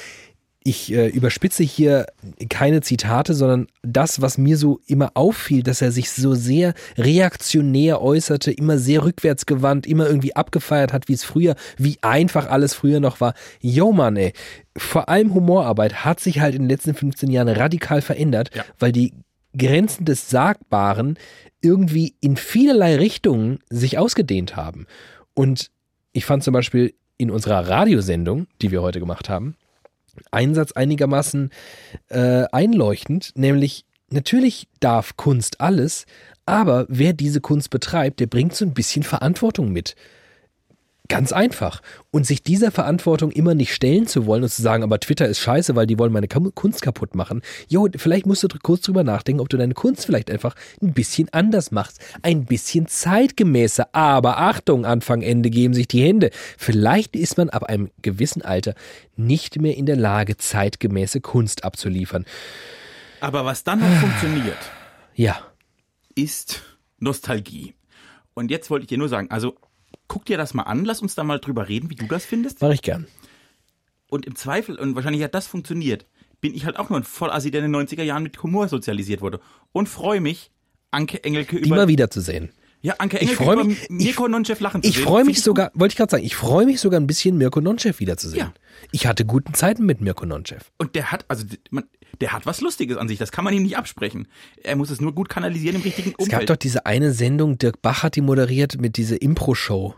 Speaker 2: ich äh, überspitze hier keine Zitate, sondern das, was mir so immer auffiel, dass er sich so sehr reaktionär äußerte, immer sehr rückwärtsgewandt, immer irgendwie abgefeiert hat, wie es früher, wie einfach alles früher noch war. Yo, Mann, ey. Vor allem Humorarbeit hat sich halt in den letzten 15 Jahren radikal verändert,
Speaker 1: Ja.
Speaker 2: weil die Grenzen des Sagbaren irgendwie in vielerlei Richtungen sich ausgedehnt haben. Und ich fand zum Beispiel in unserer Radiosendung, die wir heute gemacht haben, Einsatz einigermaßen äh, einleuchtend, nämlich natürlich darf Kunst alles, aber wer diese Kunst betreibt, der bringt so ein bisschen Verantwortung mit. Ganz einfach. Und sich dieser Verantwortung immer nicht stellen zu wollen und zu sagen, aber Twitter ist scheiße, weil die wollen meine Kam- Kunst kaputt machen. Jo, vielleicht musst du dr- kurz drüber nachdenken, ob du deine Kunst vielleicht einfach ein bisschen anders machst. Ein bisschen zeitgemäßer. Aber Achtung, Anfang, Ende geben sich die Hände. Vielleicht ist man ab einem gewissen Alter nicht mehr in der Lage, zeitgemäße Kunst abzuliefern.
Speaker 1: Aber was dann noch funktioniert,
Speaker 2: Ja.
Speaker 1: ist Nostalgie. Und jetzt wollte ich dir nur sagen, also guck dir das mal an, lass uns da mal drüber reden, wie du das findest.
Speaker 2: Mache ich gern.
Speaker 1: Und im Zweifel, und wahrscheinlich hat das funktioniert, bin ich halt auch nur ein Vollassi, der in den 90er Jahren mit Humor sozialisiert wurde. Und freue mich, Anke Engelke
Speaker 2: Die
Speaker 1: über...
Speaker 2: mal wiederzusehen.
Speaker 1: ja, Anke Engelke
Speaker 2: freu
Speaker 1: über
Speaker 2: mich- ich-
Speaker 1: Mirko Nonchev lachen zu
Speaker 2: Ich
Speaker 1: sehen.
Speaker 2: freue
Speaker 1: Finde
Speaker 2: mich sogar, wollte ich gerade sagen, ich freue mich sogar ein bisschen, Mirko Nonchev wiederzusehen.
Speaker 1: Ja.
Speaker 2: Ich hatte guten Zeiten mit Mirko Nonchev.
Speaker 1: Und der hat, also man, der hat was Lustiges an sich, das kann man ihm nicht absprechen. Er muss es nur gut kanalisieren im richtigen
Speaker 2: Es gab
Speaker 1: Umfeld.
Speaker 2: doch diese eine Sendung, Dirk Bach hat die moderiert mit dieser Impro-Show.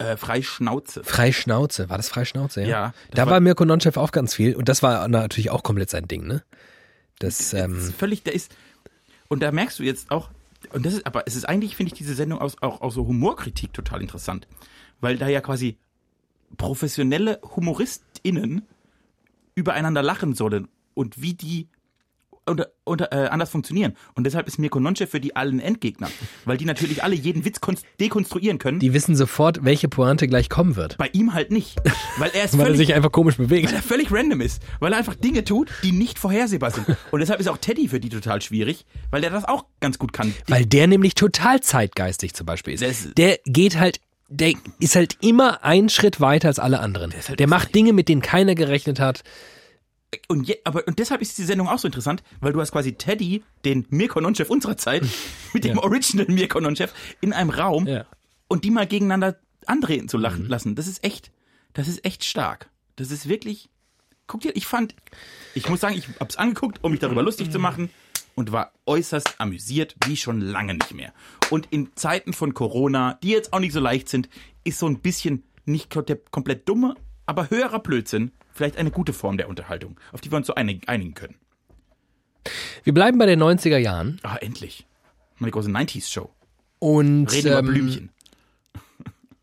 Speaker 1: äh, frei Schnauze.
Speaker 2: Freischnauze. War das Freischnauze? Ja.
Speaker 1: Ja, das
Speaker 2: da war,
Speaker 1: war-
Speaker 2: Mirko Nonchef auch ganz viel. Und das war natürlich auch komplett sein Ding, ne? Das,
Speaker 1: Das
Speaker 2: ähm,
Speaker 1: ist völlig, der ist. Und da merkst du jetzt auch, und das ist, aber es ist eigentlich, finde ich, diese Sendung aus, auch, auch so Humorkritik total interessant. Weil da ja quasi professionelle HumoristInnen übereinander lachen sollen und wie die unter, unter, äh, anders funktionieren. Und deshalb ist Mirko Nonchev für die allen Endgegner. Weil die natürlich alle jeden Witz konst- dekonstruieren können.
Speaker 2: die wissen sofort, welche Pointe gleich kommen wird.
Speaker 1: Bei ihm halt nicht. Weil er ist
Speaker 2: Weil er
Speaker 1: völlig,
Speaker 2: sich einfach komisch bewegt.
Speaker 1: weil er völlig random ist. Weil er einfach Dinge tut, die nicht vorhersehbar sind. Und deshalb ist auch Teddy für die total schwierig, weil der das auch ganz gut kann.
Speaker 2: Weil der nämlich total zeitgeistig zum Beispiel
Speaker 1: Das-
Speaker 2: ist. Der geht halt der ist halt immer einen Schritt weiter als alle anderen. Der,
Speaker 1: halt
Speaker 2: macht Dinge, mit denen keiner gerechnet hat.
Speaker 1: Und, je, aber, und deshalb ist die Sendung auch so interessant, weil du hast quasi Teddy, den Mirko Nonchef unserer Zeit, mit dem Original Mirko Nonchef in einem Raum
Speaker 2: Ja. Mhm.
Speaker 1: und die mal gegeneinander antreten zu lachen, lassen. Das ist echt, das ist echt stark. Das ist wirklich, guck dir, ich fand, ich muss sagen, ich hab's angeguckt, um mich darüber lustig zu machen und war äußerst amüsiert, wie schon lange nicht mehr. Und in Zeiten von Corona, die jetzt auch nicht so leicht sind, ist so ein bisschen nicht kom- der komplett dumme, aber höherer Blödsinn vielleicht eine gute Form der Unterhaltung, auf die wir uns so einig- einigen können.
Speaker 2: Wir bleiben bei den 90er Jahren
Speaker 1: Ah, endlich. Meine große 90s-Show.
Speaker 2: und
Speaker 1: Reden über
Speaker 2: ähm,
Speaker 1: Blümchen.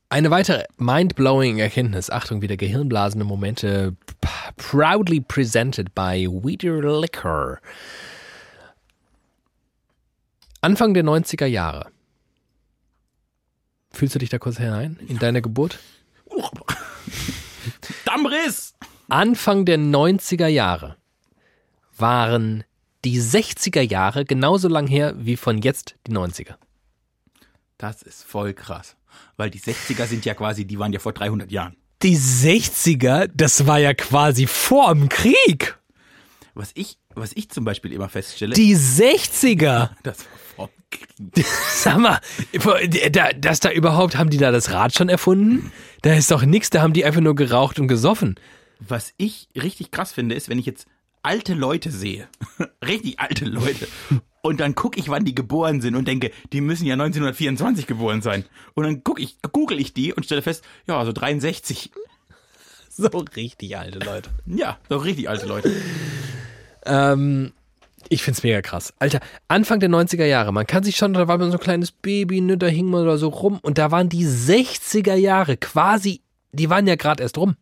Speaker 2: Eine weitere mind-blowing Erkenntnis, Achtung, wieder gehirnblasende Momente, p- proudly presented by Weeder Liquor. Anfang der 90er Jahre. Fühlst du dich da kurz hinein? In deiner Geburt?
Speaker 1: Uch. Dammriss!
Speaker 2: Anfang der 90er Jahre waren die 60er Jahre genauso lang her wie von jetzt die 90er.
Speaker 1: Das ist voll krass. Weil die 60er sind ja quasi, die waren ja vor 300 Jahren.
Speaker 2: Die 60er, das war ja quasi vor dem Krieg.
Speaker 1: Was ich, was ich zum Beispiel immer feststelle,
Speaker 2: Die 60er.
Speaker 1: das war vor dem Krieg.
Speaker 2: Sag mal, äh, da, dass da überhaupt, haben die da das Rad schon erfunden? Da ist doch nichts, da haben die einfach nur geraucht und gesoffen.
Speaker 1: Was ich richtig krass finde, ist, wenn ich jetzt alte Leute sehe, richtig alte Leute, und dann gucke ich, wann die geboren sind und denke, die müssen ja 1924 geboren sein. Und dann gucke ich, google ich die und stelle fest, ja, also 63.
Speaker 2: So richtig alte Leute.
Speaker 1: Ja, so richtig alte Leute.
Speaker 2: Ähm, ich find's mega krass. Alter, Anfang der 90er Jahre, man kann sich schon, da war man so ein kleines Baby, ne, da hing man da so rum und da waren die 60er Jahre quasi, die waren ja gerade erst rum.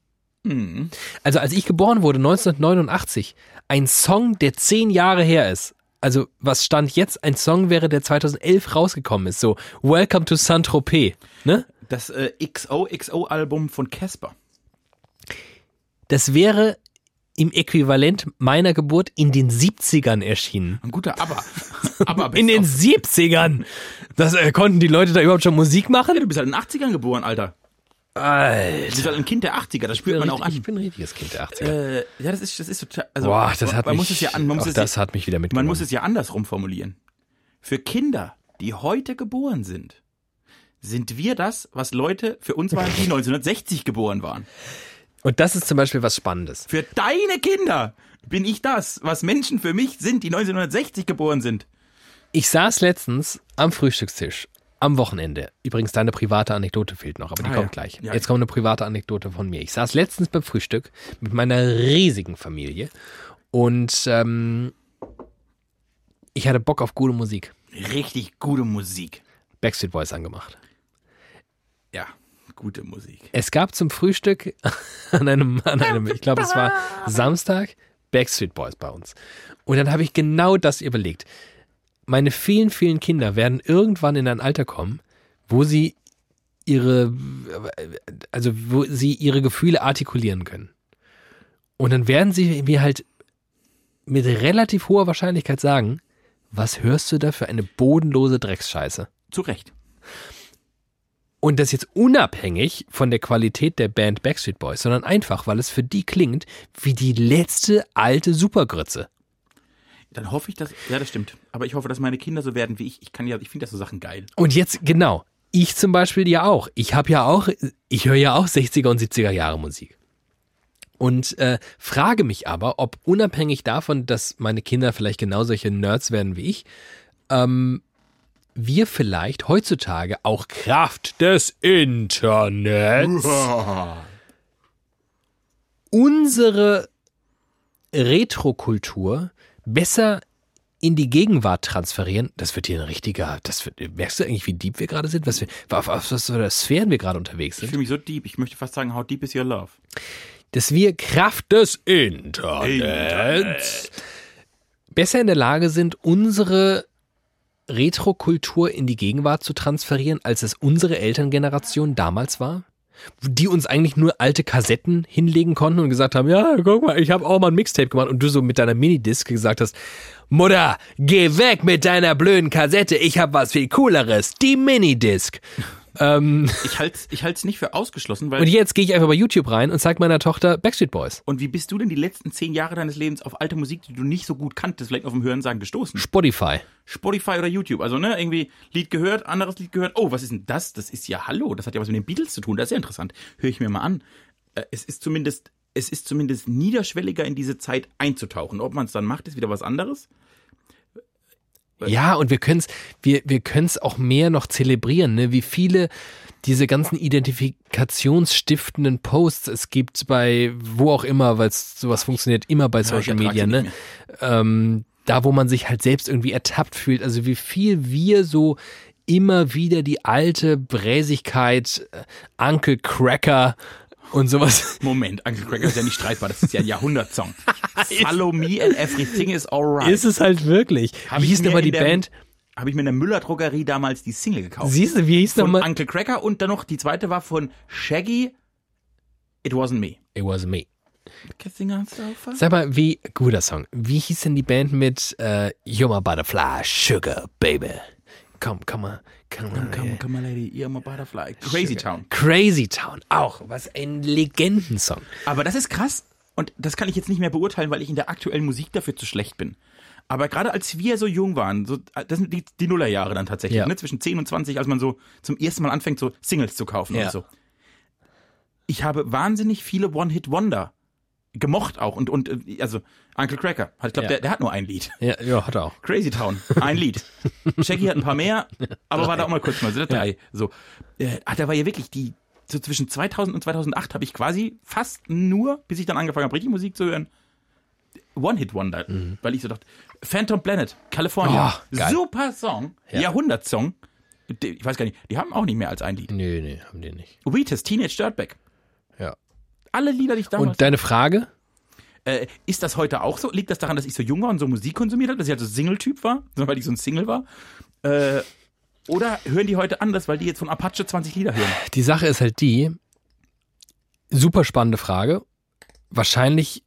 Speaker 1: Hm.
Speaker 2: Also als ich geboren wurde, 1989, ein Song, der zehn Jahre her ist. Also was stand jetzt? Ein Song wäre, der 2011 rausgekommen ist. So Welcome to Saint-Tropez. Ne?
Speaker 1: Das äh, XOXO-Album von Casper.
Speaker 2: Das wäre im Äquivalent meiner Geburt in den 70ern erschienen.
Speaker 1: Ein guter Aber. Aber
Speaker 2: In den 70ern! Das, äh, konnten die Leute da überhaupt schon Musik machen?
Speaker 1: Du bist halt in den 80ern geboren, Alter. Du
Speaker 2: Alter.
Speaker 1: bist halt ein Kind der 80er, das spürt man auch
Speaker 2: Ich
Speaker 1: an.
Speaker 2: bin ein richtiges Kind der 80er.
Speaker 1: Äh, ja, das ist, das ist total. Also,
Speaker 2: Boah, das hat
Speaker 1: man
Speaker 2: mich,
Speaker 1: muss es ja an, man muss
Speaker 2: auch
Speaker 1: es
Speaker 2: das hat mich wieder mitgenommen.
Speaker 1: Man muss es ja andersrum formulieren. Für Kinder, die heute geboren sind, sind wir das, was Leute für uns waren, die 1960 geboren waren.
Speaker 2: Und das ist zum Beispiel was Spannendes.
Speaker 1: Für deine Kinder bin ich das, was Menschen für mich sind, die 1960 geboren sind.
Speaker 2: Ich saß letztens am Frühstückstisch am Wochenende. Übrigens, deine private Anekdote fehlt noch, aber die
Speaker 1: Ah,
Speaker 2: kommt
Speaker 1: ja.
Speaker 2: gleich.
Speaker 1: Ja.
Speaker 2: Jetzt kommt eine private Anekdote von mir. Ich saß letztens beim Frühstück mit meiner riesigen Familie und ähm, ich hatte Bock auf gute Musik.
Speaker 1: Richtig gute Musik.
Speaker 2: Backstreet Boys angemacht.
Speaker 1: Ja, gute Musik.
Speaker 2: Es gab zum Frühstück an einem, an einem ich glaube, es war Samstag, Backstreet Boys bei uns. Und dann habe ich genau das überlegt. Meine vielen, vielen Kinder werden irgendwann in ein Alter kommen, wo sie ihre, also wo sie ihre Gefühle artikulieren können. Und dann werden sie mir halt mit relativ hoher Wahrscheinlichkeit sagen, was hörst du da für eine bodenlose Drecksscheiße?
Speaker 1: Zu Recht.
Speaker 2: Und das jetzt unabhängig von der Qualität der Band Backstreet Boys, sondern einfach, weil es für die klingt wie die letzte alte Supergrütze.
Speaker 1: Dann hoffe ich, dass. Ja, das stimmt. Aber ich hoffe, dass meine Kinder so werden wie ich. Ich kann ja, ich finde das so Sachen geil.
Speaker 2: Und jetzt, genau, ich zum Beispiel ja auch. Ich habe ja auch, ich höre ja auch 60er und 70er Jahre Musik. Und äh, frage mich aber, ob unabhängig davon, dass meine Kinder vielleicht genau solche Nerds werden wie ich, ähm, wir vielleicht heutzutage auch Kraft des Internets unsere Retrokultur besser in die Gegenwart transferieren, das wird hier ein richtiger, das wird, merkst du eigentlich, wie deep wir gerade sind, was wir, auf, auf was für Sphären wir gerade unterwegs
Speaker 1: Ich
Speaker 2: sind,
Speaker 1: fühle mich so deep. Ich möchte fast sagen, how deep is your love?
Speaker 2: dass wir Kraft des Äh. Internets besser in der Lage sind, unsere Retrokultur in die Gegenwart zu transferieren, als es unsere Elterngeneration damals war? Die uns eigentlich nur alte Kassetten hinlegen konnten und gesagt haben, ja, guck mal, ich habe auch mal ein Mixtape gemacht und du so mit deiner Minidisc gesagt hast, Mutter, geh weg mit deiner blöden Kassette, ich habe was viel cooleres, die Minidisc. Ähm,
Speaker 1: Ich halte es ich halt's nicht für ausgeschlossen, weil.
Speaker 2: und jetzt gehe ich einfach bei YouTube rein und zeige meiner Tochter Backstreet Boys.
Speaker 1: Und wie bist du denn die letzten zehn Jahre deines Lebens auf alte Musik, die du nicht so gut kanntest, vielleicht auf dem Hörensagen gestoßen?
Speaker 2: Spotify.
Speaker 1: Spotify oder YouTube. Also, ne, irgendwie Lied gehört, anderes Lied gehört. Oh, was ist denn das? Das ist ja Hallo. Das hat ja was mit den Beatles zu tun. Das ist ja interessant. Höre ich mir mal an. Äh, Es ist zumindest, es ist zumindest niederschwelliger in diese Zeit einzutauchen. Ob man es dann macht, ist wieder was anderes. Äh.
Speaker 2: Ja, und wir können's, wir, wir können's auch mehr noch zelebrieren, ne? wie viele diese ganzen identifikationsstiftenden Posts es gibt bei wo auch immer, weil sowas funktioniert immer bei
Speaker 1: ich
Speaker 2: Social
Speaker 1: ertrag
Speaker 2: Media,
Speaker 1: sie
Speaker 2: ne?
Speaker 1: nicht
Speaker 2: Ähm, da, wo man sich halt selbst irgendwie ertappt fühlt, also wie viel wir so immer wieder die alte Bräsigkeit, äh, Uncle Cracker und sowas.
Speaker 1: Moment, Uncle Cracker ist ja nicht streitbar. Das ist ja ein Jahrhundertsong. Follow me and everything is alright.
Speaker 2: Ist es halt wirklich.
Speaker 1: Hab
Speaker 2: Wie
Speaker 1: ich
Speaker 2: hieß
Speaker 1: mir
Speaker 2: denn mal
Speaker 1: in
Speaker 2: die
Speaker 1: der-
Speaker 2: Band?
Speaker 1: Habe ich mir in der Müller-Drogerie damals die Single gekauft.
Speaker 2: Siehst du, wie hieß
Speaker 1: von
Speaker 2: nochmal?
Speaker 1: Uncle Cracker und dann noch die zweite war von Shaggy. It wasn't me.
Speaker 2: It was me.
Speaker 1: Kissing on sofa.
Speaker 2: Sag mal, wie, guter Song, wie hieß denn die Band mit äh, You're my butterfly, sugar baby? Komm, komm mal, komm mal.
Speaker 1: Come on, come on, lady, you're my butterfly. Crazy Town.
Speaker 2: Crazy Town, auch, was ein Legendensong.
Speaker 1: Aber das ist krass und das kann ich jetzt nicht mehr beurteilen, weil ich in der aktuellen Musik dafür zu schlecht bin. Aber gerade als wir so jung waren, so, das sind die, die Nullerjahre dann tatsächlich,
Speaker 2: Ja.
Speaker 1: ne, zwischen 10 und 20, als man so zum ersten Mal anfängt, so Singles zu kaufen
Speaker 2: Ja.
Speaker 1: und so. Ich habe wahnsinnig viele One-Hit-Wonder gemocht auch und, und äh, also Uncle Cracker, ich glaube,
Speaker 2: Ja.
Speaker 1: der, der hat nur ein Lied.
Speaker 2: Ja, ja, hat er auch.
Speaker 1: Crazy Town, ein Lied. Shaggy hat ein paar mehr, aber war da auch mal kurz mal so drei. So, äh, ah, da war ja wirklich die so zwischen 2000 und 2008 habe ich quasi fast nur, bis ich dann angefangen habe, richtig Musik zu hören, One Hit Wonder, weil ich so dachte, Phantom Planet, California,
Speaker 2: Oh, Mhm. geil.
Speaker 1: super Song, Jahrhundertsong. Die- Ich weiß gar nicht, die haben auch nicht mehr als ein Lied.
Speaker 2: Nee, nee, haben die nicht.
Speaker 1: Wheatus, Teenage Dirtbag.
Speaker 2: Ja.
Speaker 1: Alle Lieder, die ich damals.
Speaker 2: Und deine Frage?
Speaker 1: Äh, ist das heute auch so? Liegt das daran, dass ich so jung war und so Musik konsumiert habe, dass ich halt so Single-Typ war, sondern weil ich so ein Single war? Äh, oder hören die heute anders, weil die jetzt von Apache 20 Lieder hören?
Speaker 2: Die Sache ist halt die, super spannende Frage. Wahrscheinlich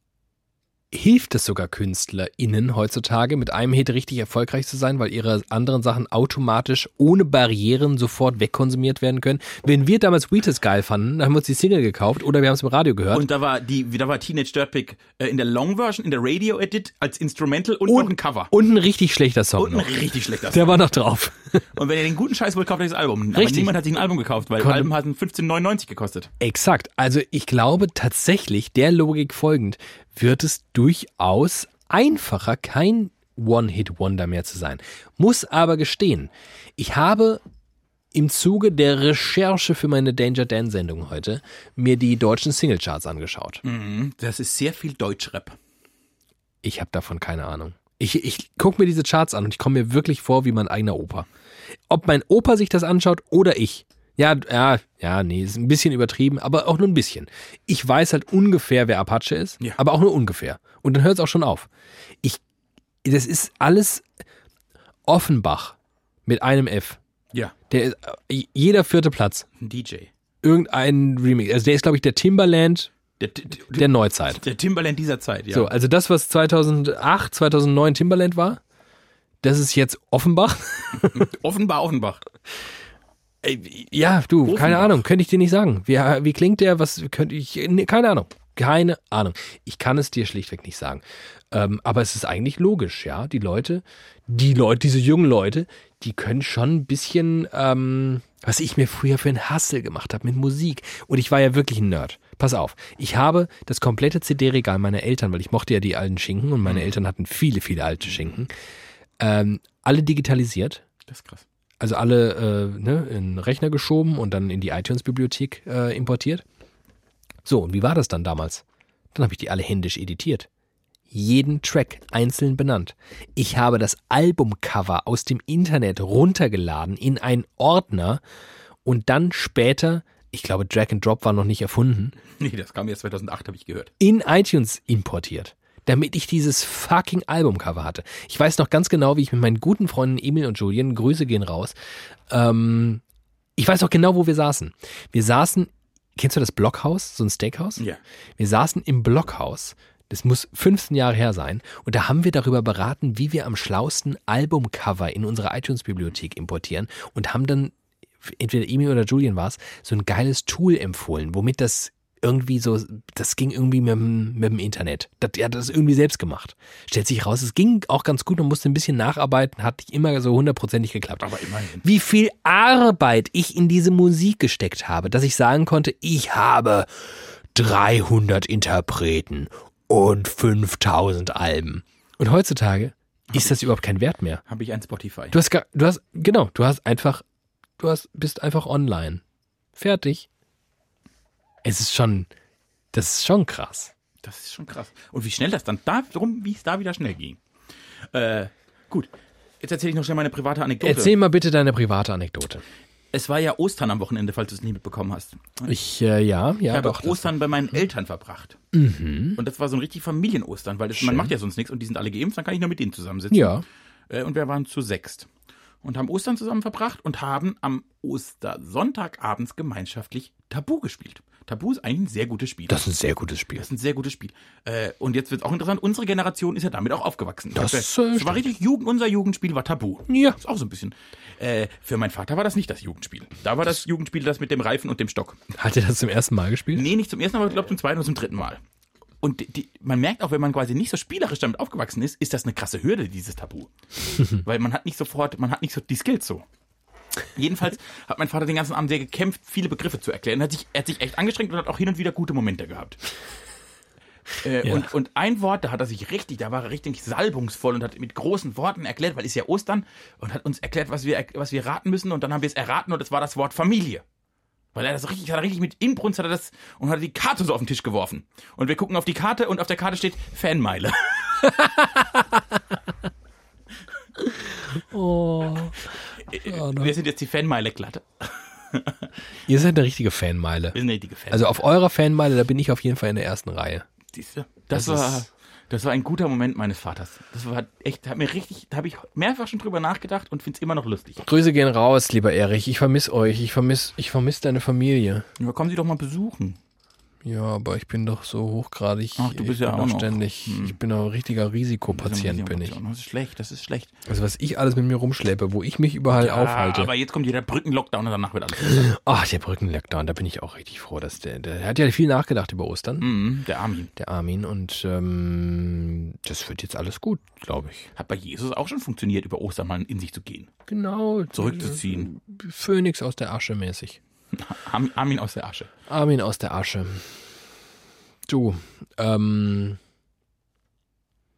Speaker 2: hilft es sogar KünstlerInnen heutzutage, mit einem Hit richtig erfolgreich zu sein, weil ihre anderen Sachen automatisch ohne Barrieren sofort wegkonsumiert werden können. Wenn wir damals Wheatus geil fanden, dann haben wir uns die Single gekauft oder wir haben es im Radio gehört.
Speaker 1: Und da war die, da war Teenage Dirtpick äh, in der Long-Version, in der Radio-Edit als Instrumental und, noch ein Cover.
Speaker 2: Und ein richtig schlechter Song
Speaker 1: Und ein
Speaker 2: noch.
Speaker 1: richtig schlechter Song.
Speaker 2: Der war noch drauf.
Speaker 1: Und wenn ihr den guten Scheiß wollt, kauft euch das Album. Aber
Speaker 2: Richtig.
Speaker 1: niemand hat sich ein Album gekauft, weil
Speaker 2: Konnte-
Speaker 1: Alben hatten 15,99 gekostet.
Speaker 2: Exakt. Also ich glaube tatsächlich, der Logik folgend, wird es durchaus einfacher, kein One-Hit-Wonder mehr zu sein. Muss aber gestehen, ich habe im Zuge der Recherche für meine Danger Dan-Sendung heute mir die deutschen Singlecharts angeschaut.
Speaker 1: Das ist sehr viel Deutschrap.
Speaker 2: Ich habe davon keine Ahnung. Ich, ich gucke mir diese Charts an und ich komme mir wirklich vor wie mein eigener Opa. Ob mein Opa sich das anschaut oder ich. Ja, ja, ja, nee, ist ein bisschen übertrieben, aber auch nur ein bisschen. Ich weiß halt ungefähr, wer Apache ist,
Speaker 1: Ja.
Speaker 2: aber auch nur ungefähr. Und dann hört es auch schon auf. Ich, das ist alles Offenbach mit einem F.
Speaker 1: Ja,
Speaker 2: Der ist, äh, jeder vierte Platz.
Speaker 1: ein DJ.
Speaker 2: Irgendein Remix. Also der ist, glaube ich, der Timberland
Speaker 1: Der, der,
Speaker 2: der Neuzeit.
Speaker 1: der Timberland dieser Zeit, ja.
Speaker 2: So, also das, was 2008, 2009 Timberland war, das ist jetzt Offenbach.
Speaker 1: Offenbar Offenbach.
Speaker 2: Ja, du, keine
Speaker 1: Offenbach.
Speaker 2: Ahnung, könnte ich dir nicht sagen. Wie, wie klingt der? Was könnte ich? Nee, keine Ahnung. Keine Ahnung. Ich kann es dir schlichtweg nicht sagen. Ähm, aber es ist eigentlich logisch, ja. Die Leute, die Leute, diese jungen Leute, die können schon ein bisschen, ähm, was ich mir früher für einen Hassel gemacht habe mit Musik. Und ich war ja wirklich ein Nerd. Pass auf, ich habe das komplette CD-Regal meiner Eltern, weil ich mochte ja die alten Schinken und meine Eltern hatten viele, viele alte Schinken, ähm, alle digitalisiert
Speaker 1: Das ist krass.
Speaker 2: also alle äh, ne, in den Rechner geschoben und dann in die iTunes-Bibliothek äh, importiert. So, und wie war das dann damals? Dann habe ich die alle händisch editiert. Jeden Track einzeln benannt. Ich habe das Albumcover aus dem Internet runtergeladen in einen Ordner und dann später, ich glaube, Drag and Drop war noch nicht erfunden,
Speaker 1: Nee, das kam erst 2008, habe ich gehört.
Speaker 2: in iTunes importiert, damit ich dieses fucking Albumcover hatte. Ich weiß noch ganz genau, wie ich mit meinen guten Freunden Emil und Julian, Grüße gehen raus, ähm, ich weiß noch genau, wo wir saßen. Wir saßen, kennst du das Blockhaus, so ein Steakhouse?
Speaker 1: Ja.
Speaker 2: Wir saßen im Blockhaus, das muss 15 Jahre her sein, und da haben wir darüber beraten, wie wir am schlausten Albumcover in unsere iTunes-Bibliothek importieren und haben dann entweder Emil oder Julian war es, so ein geiles Tool empfohlen, womit das irgendwie so, das ging irgendwie mit, dem- mit dem Internet. Das, er hat das irgendwie selbst gemacht. Stellt sich raus, es ging auch ganz gut, man musste ein bisschen nacharbeiten, hat nicht immer so hundertprozentig geklappt.
Speaker 1: Aber immerhin.
Speaker 2: Wie viel Arbeit ich in diese Musik gesteckt habe, dass ich sagen konnte, ich habe 300 Interpreten und 5000 Alben. Und heutzutage ist das überhaupt kein Wert mehr.
Speaker 1: Habe ich ein Spotify.
Speaker 2: Du hast, gar- du hast, genau, du hast einfach, du hast, bist einfach online. Fertig. Es ist schon, das ist schon krass.
Speaker 1: Das ist schon krass. Und wie schnell das dann darum, wie es da wieder schnell ging. Äh, gut. Jetzt erzähle ich noch schnell meine private Anekdote.
Speaker 2: Erzähl mal bitte deine private Anekdote.
Speaker 1: Es war ja Ostern am Wochenende, falls du es nicht mitbekommen hast.
Speaker 2: Ich, äh, ja, ja,
Speaker 1: Ich habe
Speaker 2: doch. das- Mhm.
Speaker 1: Ostern bei meinen Eltern verbracht. Und das war so ein richtig Familienostern, weil das, man macht ja sonst nichts und die sind alle geimpft, dann kann ich nur mit denen zusammensitzen.
Speaker 2: Ja.
Speaker 1: Äh, Und wir waren zu sechst. Und haben Ostern zusammen verbracht und haben am Ostersonntag abends gemeinschaftlich Tabu gespielt. Tabu ist eigentlich ein sehr gutes Spiel.
Speaker 2: Das ist ein sehr gutes Spiel.
Speaker 1: Das ist ein sehr gutes Spiel. Äh, und jetzt wird es auch interessant, unsere Generation ist ja damit auch aufgewachsen. Ich
Speaker 2: Das,
Speaker 1: hab,
Speaker 2: äh,
Speaker 1: es war
Speaker 2: stimmt.
Speaker 1: richtig Jugend, unser Jugendspiel war tabu.
Speaker 2: Ja.
Speaker 1: Ist auch so ein bisschen. Äh, für meinen Vater war das nicht das Jugendspiel. Da war das Jugendspiel das mit dem Reifen und dem Stock.
Speaker 2: Hat er das zum ersten Mal gespielt?
Speaker 1: Nee, nicht zum ersten Mal, aber ich glaube zum zweiten oder zum dritten Mal. Und die- die, man merkt auch, wenn man quasi nicht so spielerisch damit aufgewachsen ist, ist das eine krasse Hürde, dieses Tabu. Weil man hat nicht sofort, man hat nicht so die Skills so. Jedenfalls hat mein Vater den ganzen Abend sehr gekämpft, viele Begriffe zu erklären. Er hat sich, er hat sich echt angestrengt und hat auch hin und wieder gute Momente gehabt. Äh,
Speaker 2: Ja.
Speaker 1: und, und ein Wort, da hat er sich richtig, da war er richtig salbungsvoll und hat mit großen Worten erklärt, weil es ist ja Ostern und hat uns erklärt, was wir, was wir raten müssen und dann haben wir es erraten und es war das Wort Familie. Weil er das richtig, hat er richtig mit Inbrunst hat er das und hat die Karte so auf den Tisch geworfen. Und wir gucken auf die Karte und auf der Karte steht Fanmeile.
Speaker 2: Oh.
Speaker 1: Wir sind jetzt die Fanmeile-Klatte.
Speaker 2: Ihr seid eine richtige Fanmeile.
Speaker 1: Wir sind richtige Fans.
Speaker 2: Also auf eurer Fanmeile, da bin ich auf jeden Fall in der ersten Reihe.
Speaker 1: Siehste, das,
Speaker 2: Das
Speaker 1: war,
Speaker 2: ist-
Speaker 1: das war ein guter Moment meines Vaters. Das war echt, hat mir richtig, da habe ich mehrfach schon drüber nachgedacht und finde es immer noch lustig.
Speaker 2: Grüße gehen raus, lieber Erich. Ich vermisse euch. Ich vermisse ich vermiss deine Familie.
Speaker 1: Ja, kommen Sie doch mal besuchen.
Speaker 2: Ja, aber ich bin doch so hochgradig.
Speaker 1: Ach, du bist
Speaker 2: ich
Speaker 1: ja
Speaker 2: bin
Speaker 1: auch
Speaker 2: doch
Speaker 1: noch.
Speaker 2: ständig. Ich bin auch ein richtiger Risikopatient, bin ich.
Speaker 1: Das ist schlecht, das ist schlecht.
Speaker 2: Also was ich alles mit mir rumschleppe, wo ich mich überall
Speaker 1: Ah,
Speaker 2: aufhalte.
Speaker 1: aber jetzt kommt jeder Brücken-Lockdown und danach wird alles.
Speaker 2: Ach, der Brückenlockdown, da bin ich auch richtig froh, dass der. Der hat ja viel nachgedacht über Ostern,
Speaker 1: mhm, der Armin.
Speaker 2: der Armin. Und ähm, das wird jetzt alles gut, glaube ich.
Speaker 1: Hat bei Jesus auch schon funktioniert, über Ostern mal in sich zu gehen.
Speaker 2: Genau. Äh,
Speaker 1: Zurückzuziehen.
Speaker 2: Phönix aus der Asche mäßig.
Speaker 1: Armin, Armin aus der Asche.
Speaker 2: Armin aus der Asche. Du, ähm,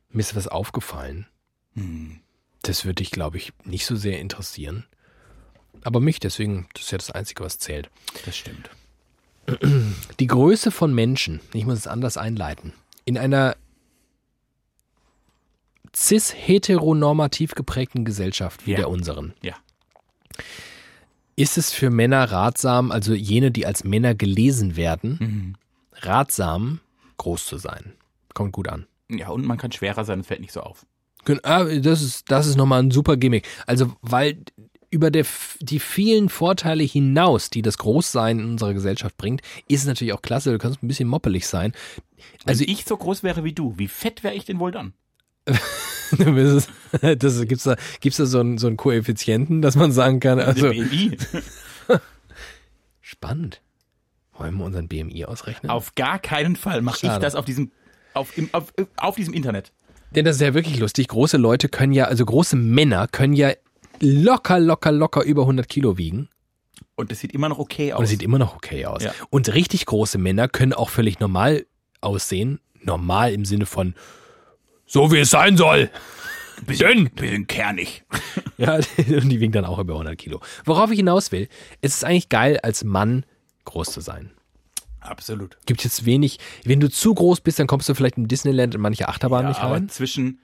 Speaker 2: mir ist was aufgefallen.
Speaker 1: Hm.
Speaker 2: Das würde dich, glaube ich, nicht so sehr interessieren. Aber mich, deswegen, das ist ja das Einzige, was zählt.
Speaker 1: Das stimmt.
Speaker 2: Die Größe von Menschen, ich muss es anders einleiten, in einer cis-heteronormativ geprägten Gesellschaft wie
Speaker 1: Ja.
Speaker 2: der unseren,
Speaker 1: Ja.
Speaker 2: ist es für Männer ratsam, also jene, die als Männer gelesen werden,
Speaker 1: Hm.
Speaker 2: ratsam, groß zu sein. Kommt gut an.
Speaker 1: Ja, und man kann schwerer sein, es fällt nicht so auf.
Speaker 2: Gen- ah, Das ist, das ist nochmal ein super Gimmick. Also, weil über der, f- die vielen Vorteile hinaus, die das Großsein in unserer Gesellschaft bringt, ist es natürlich auch klasse. Du kannst ein bisschen moppelig sein. Also,
Speaker 1: Wenn ich so groß wäre wie du, wie fett wäre ich denn wohl dann?
Speaker 2: das ist- gibt's da, gibt's da so einen, so einen Koeffizienten, dass man sagen kann, also.
Speaker 1: BMI.
Speaker 2: Spannend. Wollen wir unseren BMI ausrechnen?
Speaker 1: Auf gar keinen Fall mache ich
Speaker 2: Schade.
Speaker 1: das auf diesem, auf, im, auf, auf diesem Internet.
Speaker 2: Denn das ist ja wirklich lustig. Große Leute können ja, also große Männer können ja locker, locker, locker über 100 Kilo wiegen.
Speaker 1: Und das sieht immer noch okay
Speaker 2: Und
Speaker 1: aus.
Speaker 2: es sieht immer noch okay aus.
Speaker 1: Ja.
Speaker 2: Und richtig große Männer können auch völlig normal aussehen. Normal im Sinne von so wie es sein soll.
Speaker 1: bisschen, bisschen kernig.
Speaker 2: Ja, und die wiegen dann auch über 100 Kilo. Worauf ich hinaus will, es ist eigentlich geil, als Mann groß zu sein.
Speaker 1: Absolut.
Speaker 2: Gibt jetzt wenig, wenn du zu groß bist, dann kommst du vielleicht im Disneyland in manche Achterbahn
Speaker 1: Ja,
Speaker 2: nicht
Speaker 1: aber
Speaker 2: rein.
Speaker 1: zwischen,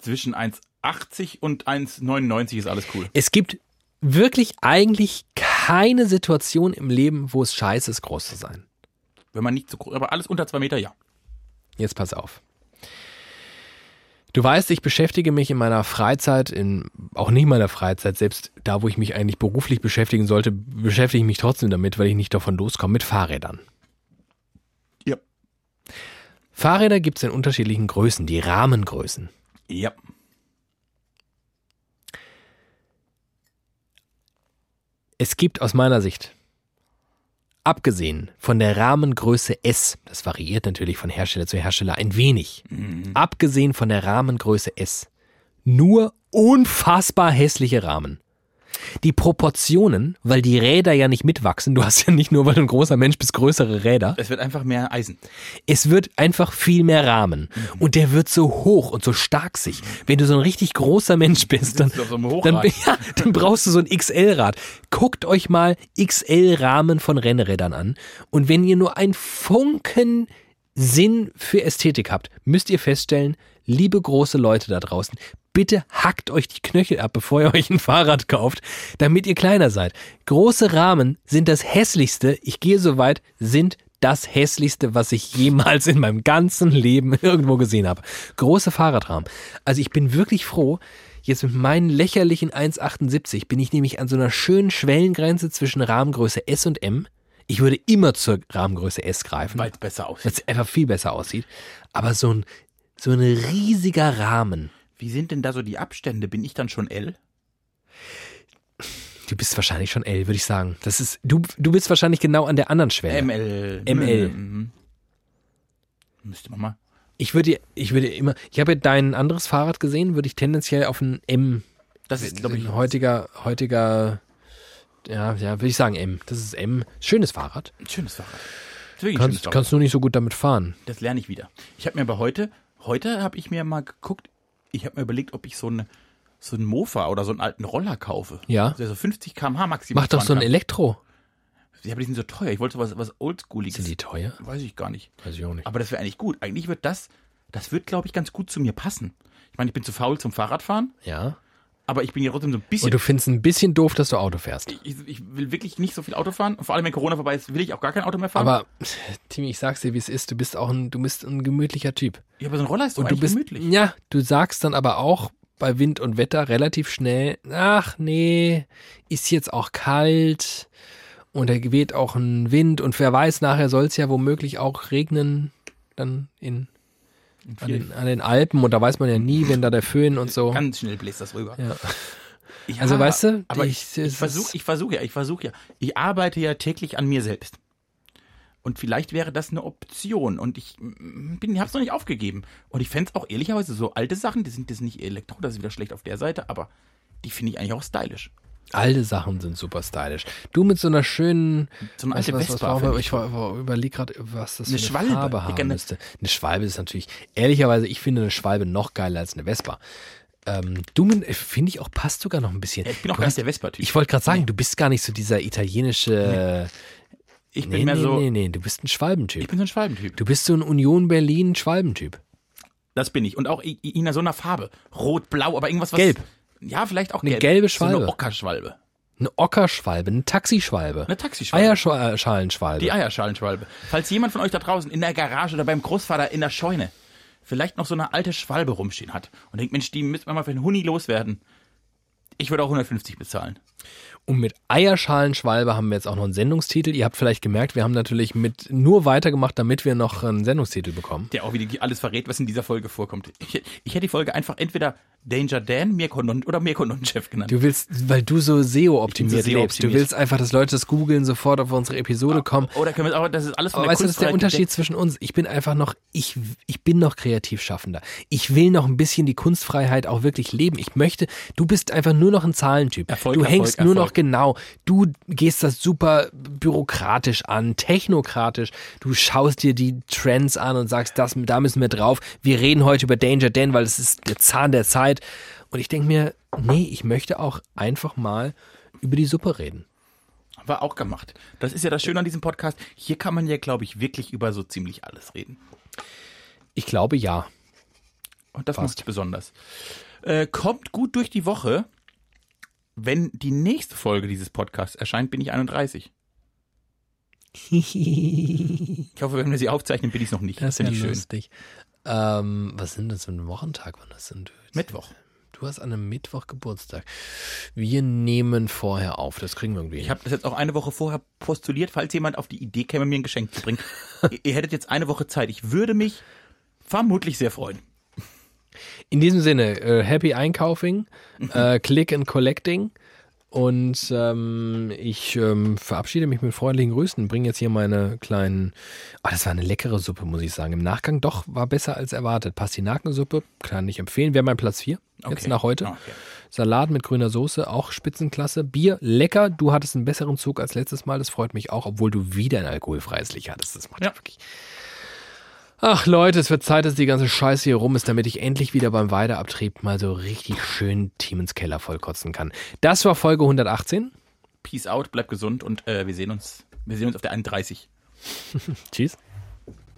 Speaker 1: zwischen 1,80 und 1,99 ist alles cool.
Speaker 2: Es gibt wirklich eigentlich keine Situation im Leben, wo es scheiße ist, groß zu sein.
Speaker 1: Wenn man nicht zu groß, aber alles unter zwei Meter, ja.
Speaker 2: Jetzt pass auf. Du weißt, ich beschäftige mich in meiner Freizeit, in auch nicht meiner Freizeit, selbst da, wo ich mich eigentlich beruflich beschäftigen sollte, beschäftige ich mich trotzdem damit, weil ich nicht davon loskomme, mit Fahrrädern.
Speaker 1: Ja.
Speaker 2: Fahrräder gibt es in unterschiedlichen Größen, die Rahmengrößen.
Speaker 1: Ja.
Speaker 2: Es gibt aus meiner Sicht, abgesehen von der Rahmengröße S, das variiert natürlich von Hersteller zu Hersteller ein wenig, abgesehen von der Rahmengröße S, nur unfassbar hässliche Rahmen. Die Proportionen, weil die Räder ja nicht mitwachsen, du hast ja nicht nur, weil du ein großer Mensch bist, größere Räder,
Speaker 1: Es wird einfach mehr Eisen.
Speaker 2: es wird einfach viel mehr Rahmen. Und der wird so hoch und so stark sich. Wenn du so ein richtig großer Mensch bist, dann,
Speaker 1: du auf so einem
Speaker 2: dann,
Speaker 1: Hochrad.
Speaker 2: ja, dann brauchst du so ein XL-Rad. Guckt euch mal XL-Rahmen von Rennrädern an. Und wenn ihr nur einen Funken Sinn für Ästhetik habt, müsst ihr feststellen, liebe große Leute da draußen, bitte hackt euch die Knöchel ab, bevor ihr euch ein Fahrrad kauft, damit ihr kleiner seid. Große Rahmen sind das hässlichste, ich gehe so weit, sind das hässlichste, was ich jemals in meinem ganzen Leben irgendwo gesehen habe. Große Fahrradrahmen. Also ich bin wirklich froh, jetzt mit meinen lächerlichen 1,78 bin ich nämlich an so einer schönen Schwellengrenze zwischen Rahmengröße S und M. Ich würde immer zur Rahmengröße S greifen
Speaker 1: Weil es besser aussieht.
Speaker 2: weil es einfach viel besser aussieht. Aber so ein, so ein riesiger Rahmen.
Speaker 1: Wie sind denn da so die Abstände? Bin ich dann schon L?
Speaker 2: Du bist wahrscheinlich schon L, würde ich sagen. Das ist, du, du bist wahrscheinlich genau an der anderen Schwelle.
Speaker 1: ML.
Speaker 2: ML.
Speaker 1: Mhm. Müsste man mal.
Speaker 2: Ich würde, ich würde immer, ich habe ja dein anderes Fahrrad gesehen, würde ich tendenziell auf ein M,
Speaker 1: Das ist, glaube ich,
Speaker 2: ein heutiger, heutiger, ja, ja, würde ich sagen M. Das ist M. Schönes Fahrrad.
Speaker 1: ein schönes Fahrrad. Das ist wirklich ein schönes
Speaker 2: Kannst,
Speaker 1: Fahrrad.
Speaker 2: kannst nur nicht so gut damit fahren.
Speaker 1: Das lerne ich wieder. Ich habe mir aber heute, heute habe ich mir mal geguckt, ich habe mir überlegt, ob ich so eine so einen Mofa oder so einen alten Roller kaufe.
Speaker 2: Ja.
Speaker 1: Der so 50 km/h maximal.
Speaker 2: Mach doch
Speaker 1: fahren
Speaker 2: so ein
Speaker 1: kann.
Speaker 2: Elektro.
Speaker 1: Ja, aber die sind so teuer. Ich wollte was, was Oldschooliges.
Speaker 2: Sind die teuer?
Speaker 1: Weiß ich gar nicht.
Speaker 2: Weiß ich auch nicht.
Speaker 1: Aber das wäre eigentlich gut. Eigentlich wird das, das wird, glaube ich, ganz gut zu mir passen. Ich meine, ich bin zu faul zum Fahrradfahren,
Speaker 2: Ja.
Speaker 1: aber ich bin ja trotzdem so ein bisschen.
Speaker 2: Und du findest ein bisschen doof, dass du Auto fährst.
Speaker 1: ich, ich will wirklich nicht so viel Auto fahren. Und vor allem, wenn Corona vorbei ist, will ich auch gar kein Auto mehr fahren.
Speaker 2: Aber, Timmy, ich sag's dir, wie es ist. Du bist auch ein, du bist ein gemütlicher Typ.
Speaker 1: ja, aber so ein Roller ist doch
Speaker 2: Und du
Speaker 1: eigentlich
Speaker 2: bist,
Speaker 1: gemütlich.
Speaker 2: ja, du sagst dann aber auch bei Wind und Wetter relativ schnell, ach nee, ist jetzt auch kalt und da weht auch ein Wind und wer weiß, nachher soll es ja womöglich auch regnen dann in, an, den, an den Alpen und da weiß man ja nie, wenn da der Föhn und so.
Speaker 1: Ganz schnell bläst das rüber.
Speaker 2: Ja.
Speaker 1: Ja,
Speaker 2: Also, weißt du,
Speaker 1: aber
Speaker 2: ich-
Speaker 1: ich,
Speaker 2: es
Speaker 1: ich
Speaker 2: ist-
Speaker 1: versuche ich versuch ja, ich versuche ja. Ich arbeite ja täglich an mir selbst. Und vielleicht wäre das eine Option. Und ich mm, bin, hab's noch nicht aufgegeben. Und ich fänd's auch ehrlicherweise so alte Sachen, die sind das nicht Elektro, das ist wieder schlecht auf der Seite, aber die finde ich eigentlich auch stylisch.
Speaker 2: Alte Sachen sind super stylisch. Du mit so einer schönen,
Speaker 1: So eine
Speaker 2: weißt du
Speaker 1: alte
Speaker 2: was, was
Speaker 1: Vespa
Speaker 2: brauchen
Speaker 1: fänd
Speaker 2: wir?
Speaker 1: ich
Speaker 2: ich überlege gerade, was das
Speaker 1: Eine
Speaker 2: für eine
Speaker 1: Schwalbe.
Speaker 2: Farbe haben
Speaker 1: Digga, eine-
Speaker 2: müsste. Eine Schwalbe ist natürlich, ehrlicherweise, ich finde eine Schwalbe noch geiler als eine Vespa. Ähm, du mit- finde ich auch passt sogar noch ein bisschen.
Speaker 1: Ja, ich bin auch
Speaker 2: Du
Speaker 1: gar
Speaker 2: hast-
Speaker 1: nicht der Vespa-Typ.
Speaker 2: Ich wollte gerade sagen, du bist gar nicht so dieser italienische.
Speaker 1: Ich
Speaker 2: Nee,
Speaker 1: bin
Speaker 2: nee,
Speaker 1: mehr
Speaker 2: nee,
Speaker 1: so,
Speaker 2: nee, du bist ein
Speaker 1: ich
Speaker 2: Schwalbentyp.
Speaker 1: bin so ein Schwalbentyp.
Speaker 2: Du bist so ein Union Berlin Schwalbentyp.
Speaker 1: Das bin ich. Und auch i- i- in so einer Farbe. Rot, blau, aber irgendwas, was.
Speaker 2: Gelb.
Speaker 1: Ja, vielleicht auch
Speaker 2: Eine
Speaker 1: gelb.
Speaker 2: gelbe
Speaker 1: So
Speaker 2: Schwalbe.
Speaker 1: eine Ockerschwalbe.
Speaker 2: Eine Ockerschwalbe, eine Taxischwalbe. äh,
Speaker 1: Eine Taxischwalbe.
Speaker 2: Eierschalenschwalbe.
Speaker 1: Die Eierschalenschwalbe. Falls jemand von euch da draußen in der Garage oder beim Großvater in der Scheune vielleicht noch so eine alte Schwalbe rumstehen hat und denkt, Mensch, die müssen wir mal für einen Huni loswerden. Ich würde auch 150 bezahlen.
Speaker 2: Und mit Eierschalenschwalbe haben wir jetzt auch noch einen Sendungstitel. Ihr habt vielleicht gemerkt, wir haben natürlich mit nur weitergemacht, damit wir noch einen Sendungstitel bekommen.
Speaker 1: Der auch wieder alles verrät, was in dieser Folge vorkommt. Ich, ich hätte die Folge einfach entweder Danger Dan, Mirko Non oder Mirko Nonchef genannt.
Speaker 2: Du willst, weil du so E SEO-optimiert
Speaker 1: Ich bin so
Speaker 2: lebst, du
Speaker 1: SEO-optimiert.
Speaker 2: willst einfach, dass Leute das googeln, sofort auf unsere Episode kommen.
Speaker 1: Oder können wir es auch, das ist alles von
Speaker 2: Aber
Speaker 1: der
Speaker 2: weißt du, das ist der
Speaker 1: kunstfrei
Speaker 2: Unterschied zwischen uns. Ich bin einfach noch, ich, ich bin noch Kreativschaffender. Ich will noch ein bisschen die Kunstfreiheit auch wirklich leben. Ich möchte, du bist einfach nur noch ein Zahlentyp.
Speaker 1: Erfolg,
Speaker 2: du
Speaker 1: Erfolg,
Speaker 2: hängst nur
Speaker 1: Erfolg.
Speaker 2: noch genau. Du gehst das super bürokratisch an, technokratisch. Du schaust dir die Trends an und sagst, das, da müssen wir drauf. Wir reden heute über Danger Dan, weil das ist der Zahn der Zeit. Und ich denke mir, nee, ich möchte auch einfach mal über die Suppe reden.
Speaker 1: Haben wir auch gemacht. Das ist ja das Schöne an diesem Podcast. Hier kann man ja, glaube ich, wirklich über so ziemlich alles reden.
Speaker 2: Ich glaube ja.
Speaker 1: Und das macht besonders. Äh, kommt gut durch die Woche. Wenn die nächste Folge dieses Podcasts erscheint, bin ich 31. Ich hoffe, wenn wir sie aufzeichnen, bin ich es noch nicht.
Speaker 2: Das
Speaker 1: Find
Speaker 2: wäre
Speaker 1: ich schön.
Speaker 2: lustig. Ähm, was sind das für ein Wochentag? Wann das sind?
Speaker 1: Mittwoch.
Speaker 2: Du hast an einem Mittwoch Geburtstag. Wir nehmen vorher auf. Das kriegen wir irgendwie.
Speaker 1: Ich
Speaker 2: hin.
Speaker 1: habe das jetzt auch eine Woche vorher postuliert, falls jemand auf die Idee käme, mir ein Geschenk zu bringen. ihr, ihr hättet jetzt eine Woche Zeit. Ich würde mich vermutlich sehr freuen. Mhm.
Speaker 2: In diesem Sinne, äh, happy Einkaufing, äh, Click and Collecting. Und ähm, ich ähm, verabschiede mich mit freundlichen Grüßen, bringe jetzt hier meine kleinen. Ah, das war eine leckere Suppe, muss ich sagen. Im Nachgang doch war besser als erwartet. Pastinakensuppe kann ich empfehlen. Wäre mein Platz 4 jetzt
Speaker 1: Okay. Ah.
Speaker 2: nach heute.
Speaker 1: Okay.
Speaker 2: Salat mit grüner Soße, auch Spitzenklasse. Bier, lecker. Du hattest einen besseren Zug als letztes Mal. Das freut mich auch, obwohl du wieder ein alkoholfreies Licht hattest. Das macht ja.
Speaker 1: Ja.
Speaker 2: wirklich. Ach Leute, es wird Zeit, dass die ganze Scheiße hier rum ist, damit ich endlich wieder beim Weideabtrieb mal so richtig schön Tiemens Keller vollkotzen kann. Das war Folge 118.
Speaker 1: Peace out, bleib gesund und äh, wir sehen uns. Wir sehen uns auf der 31.
Speaker 2: Tschüss.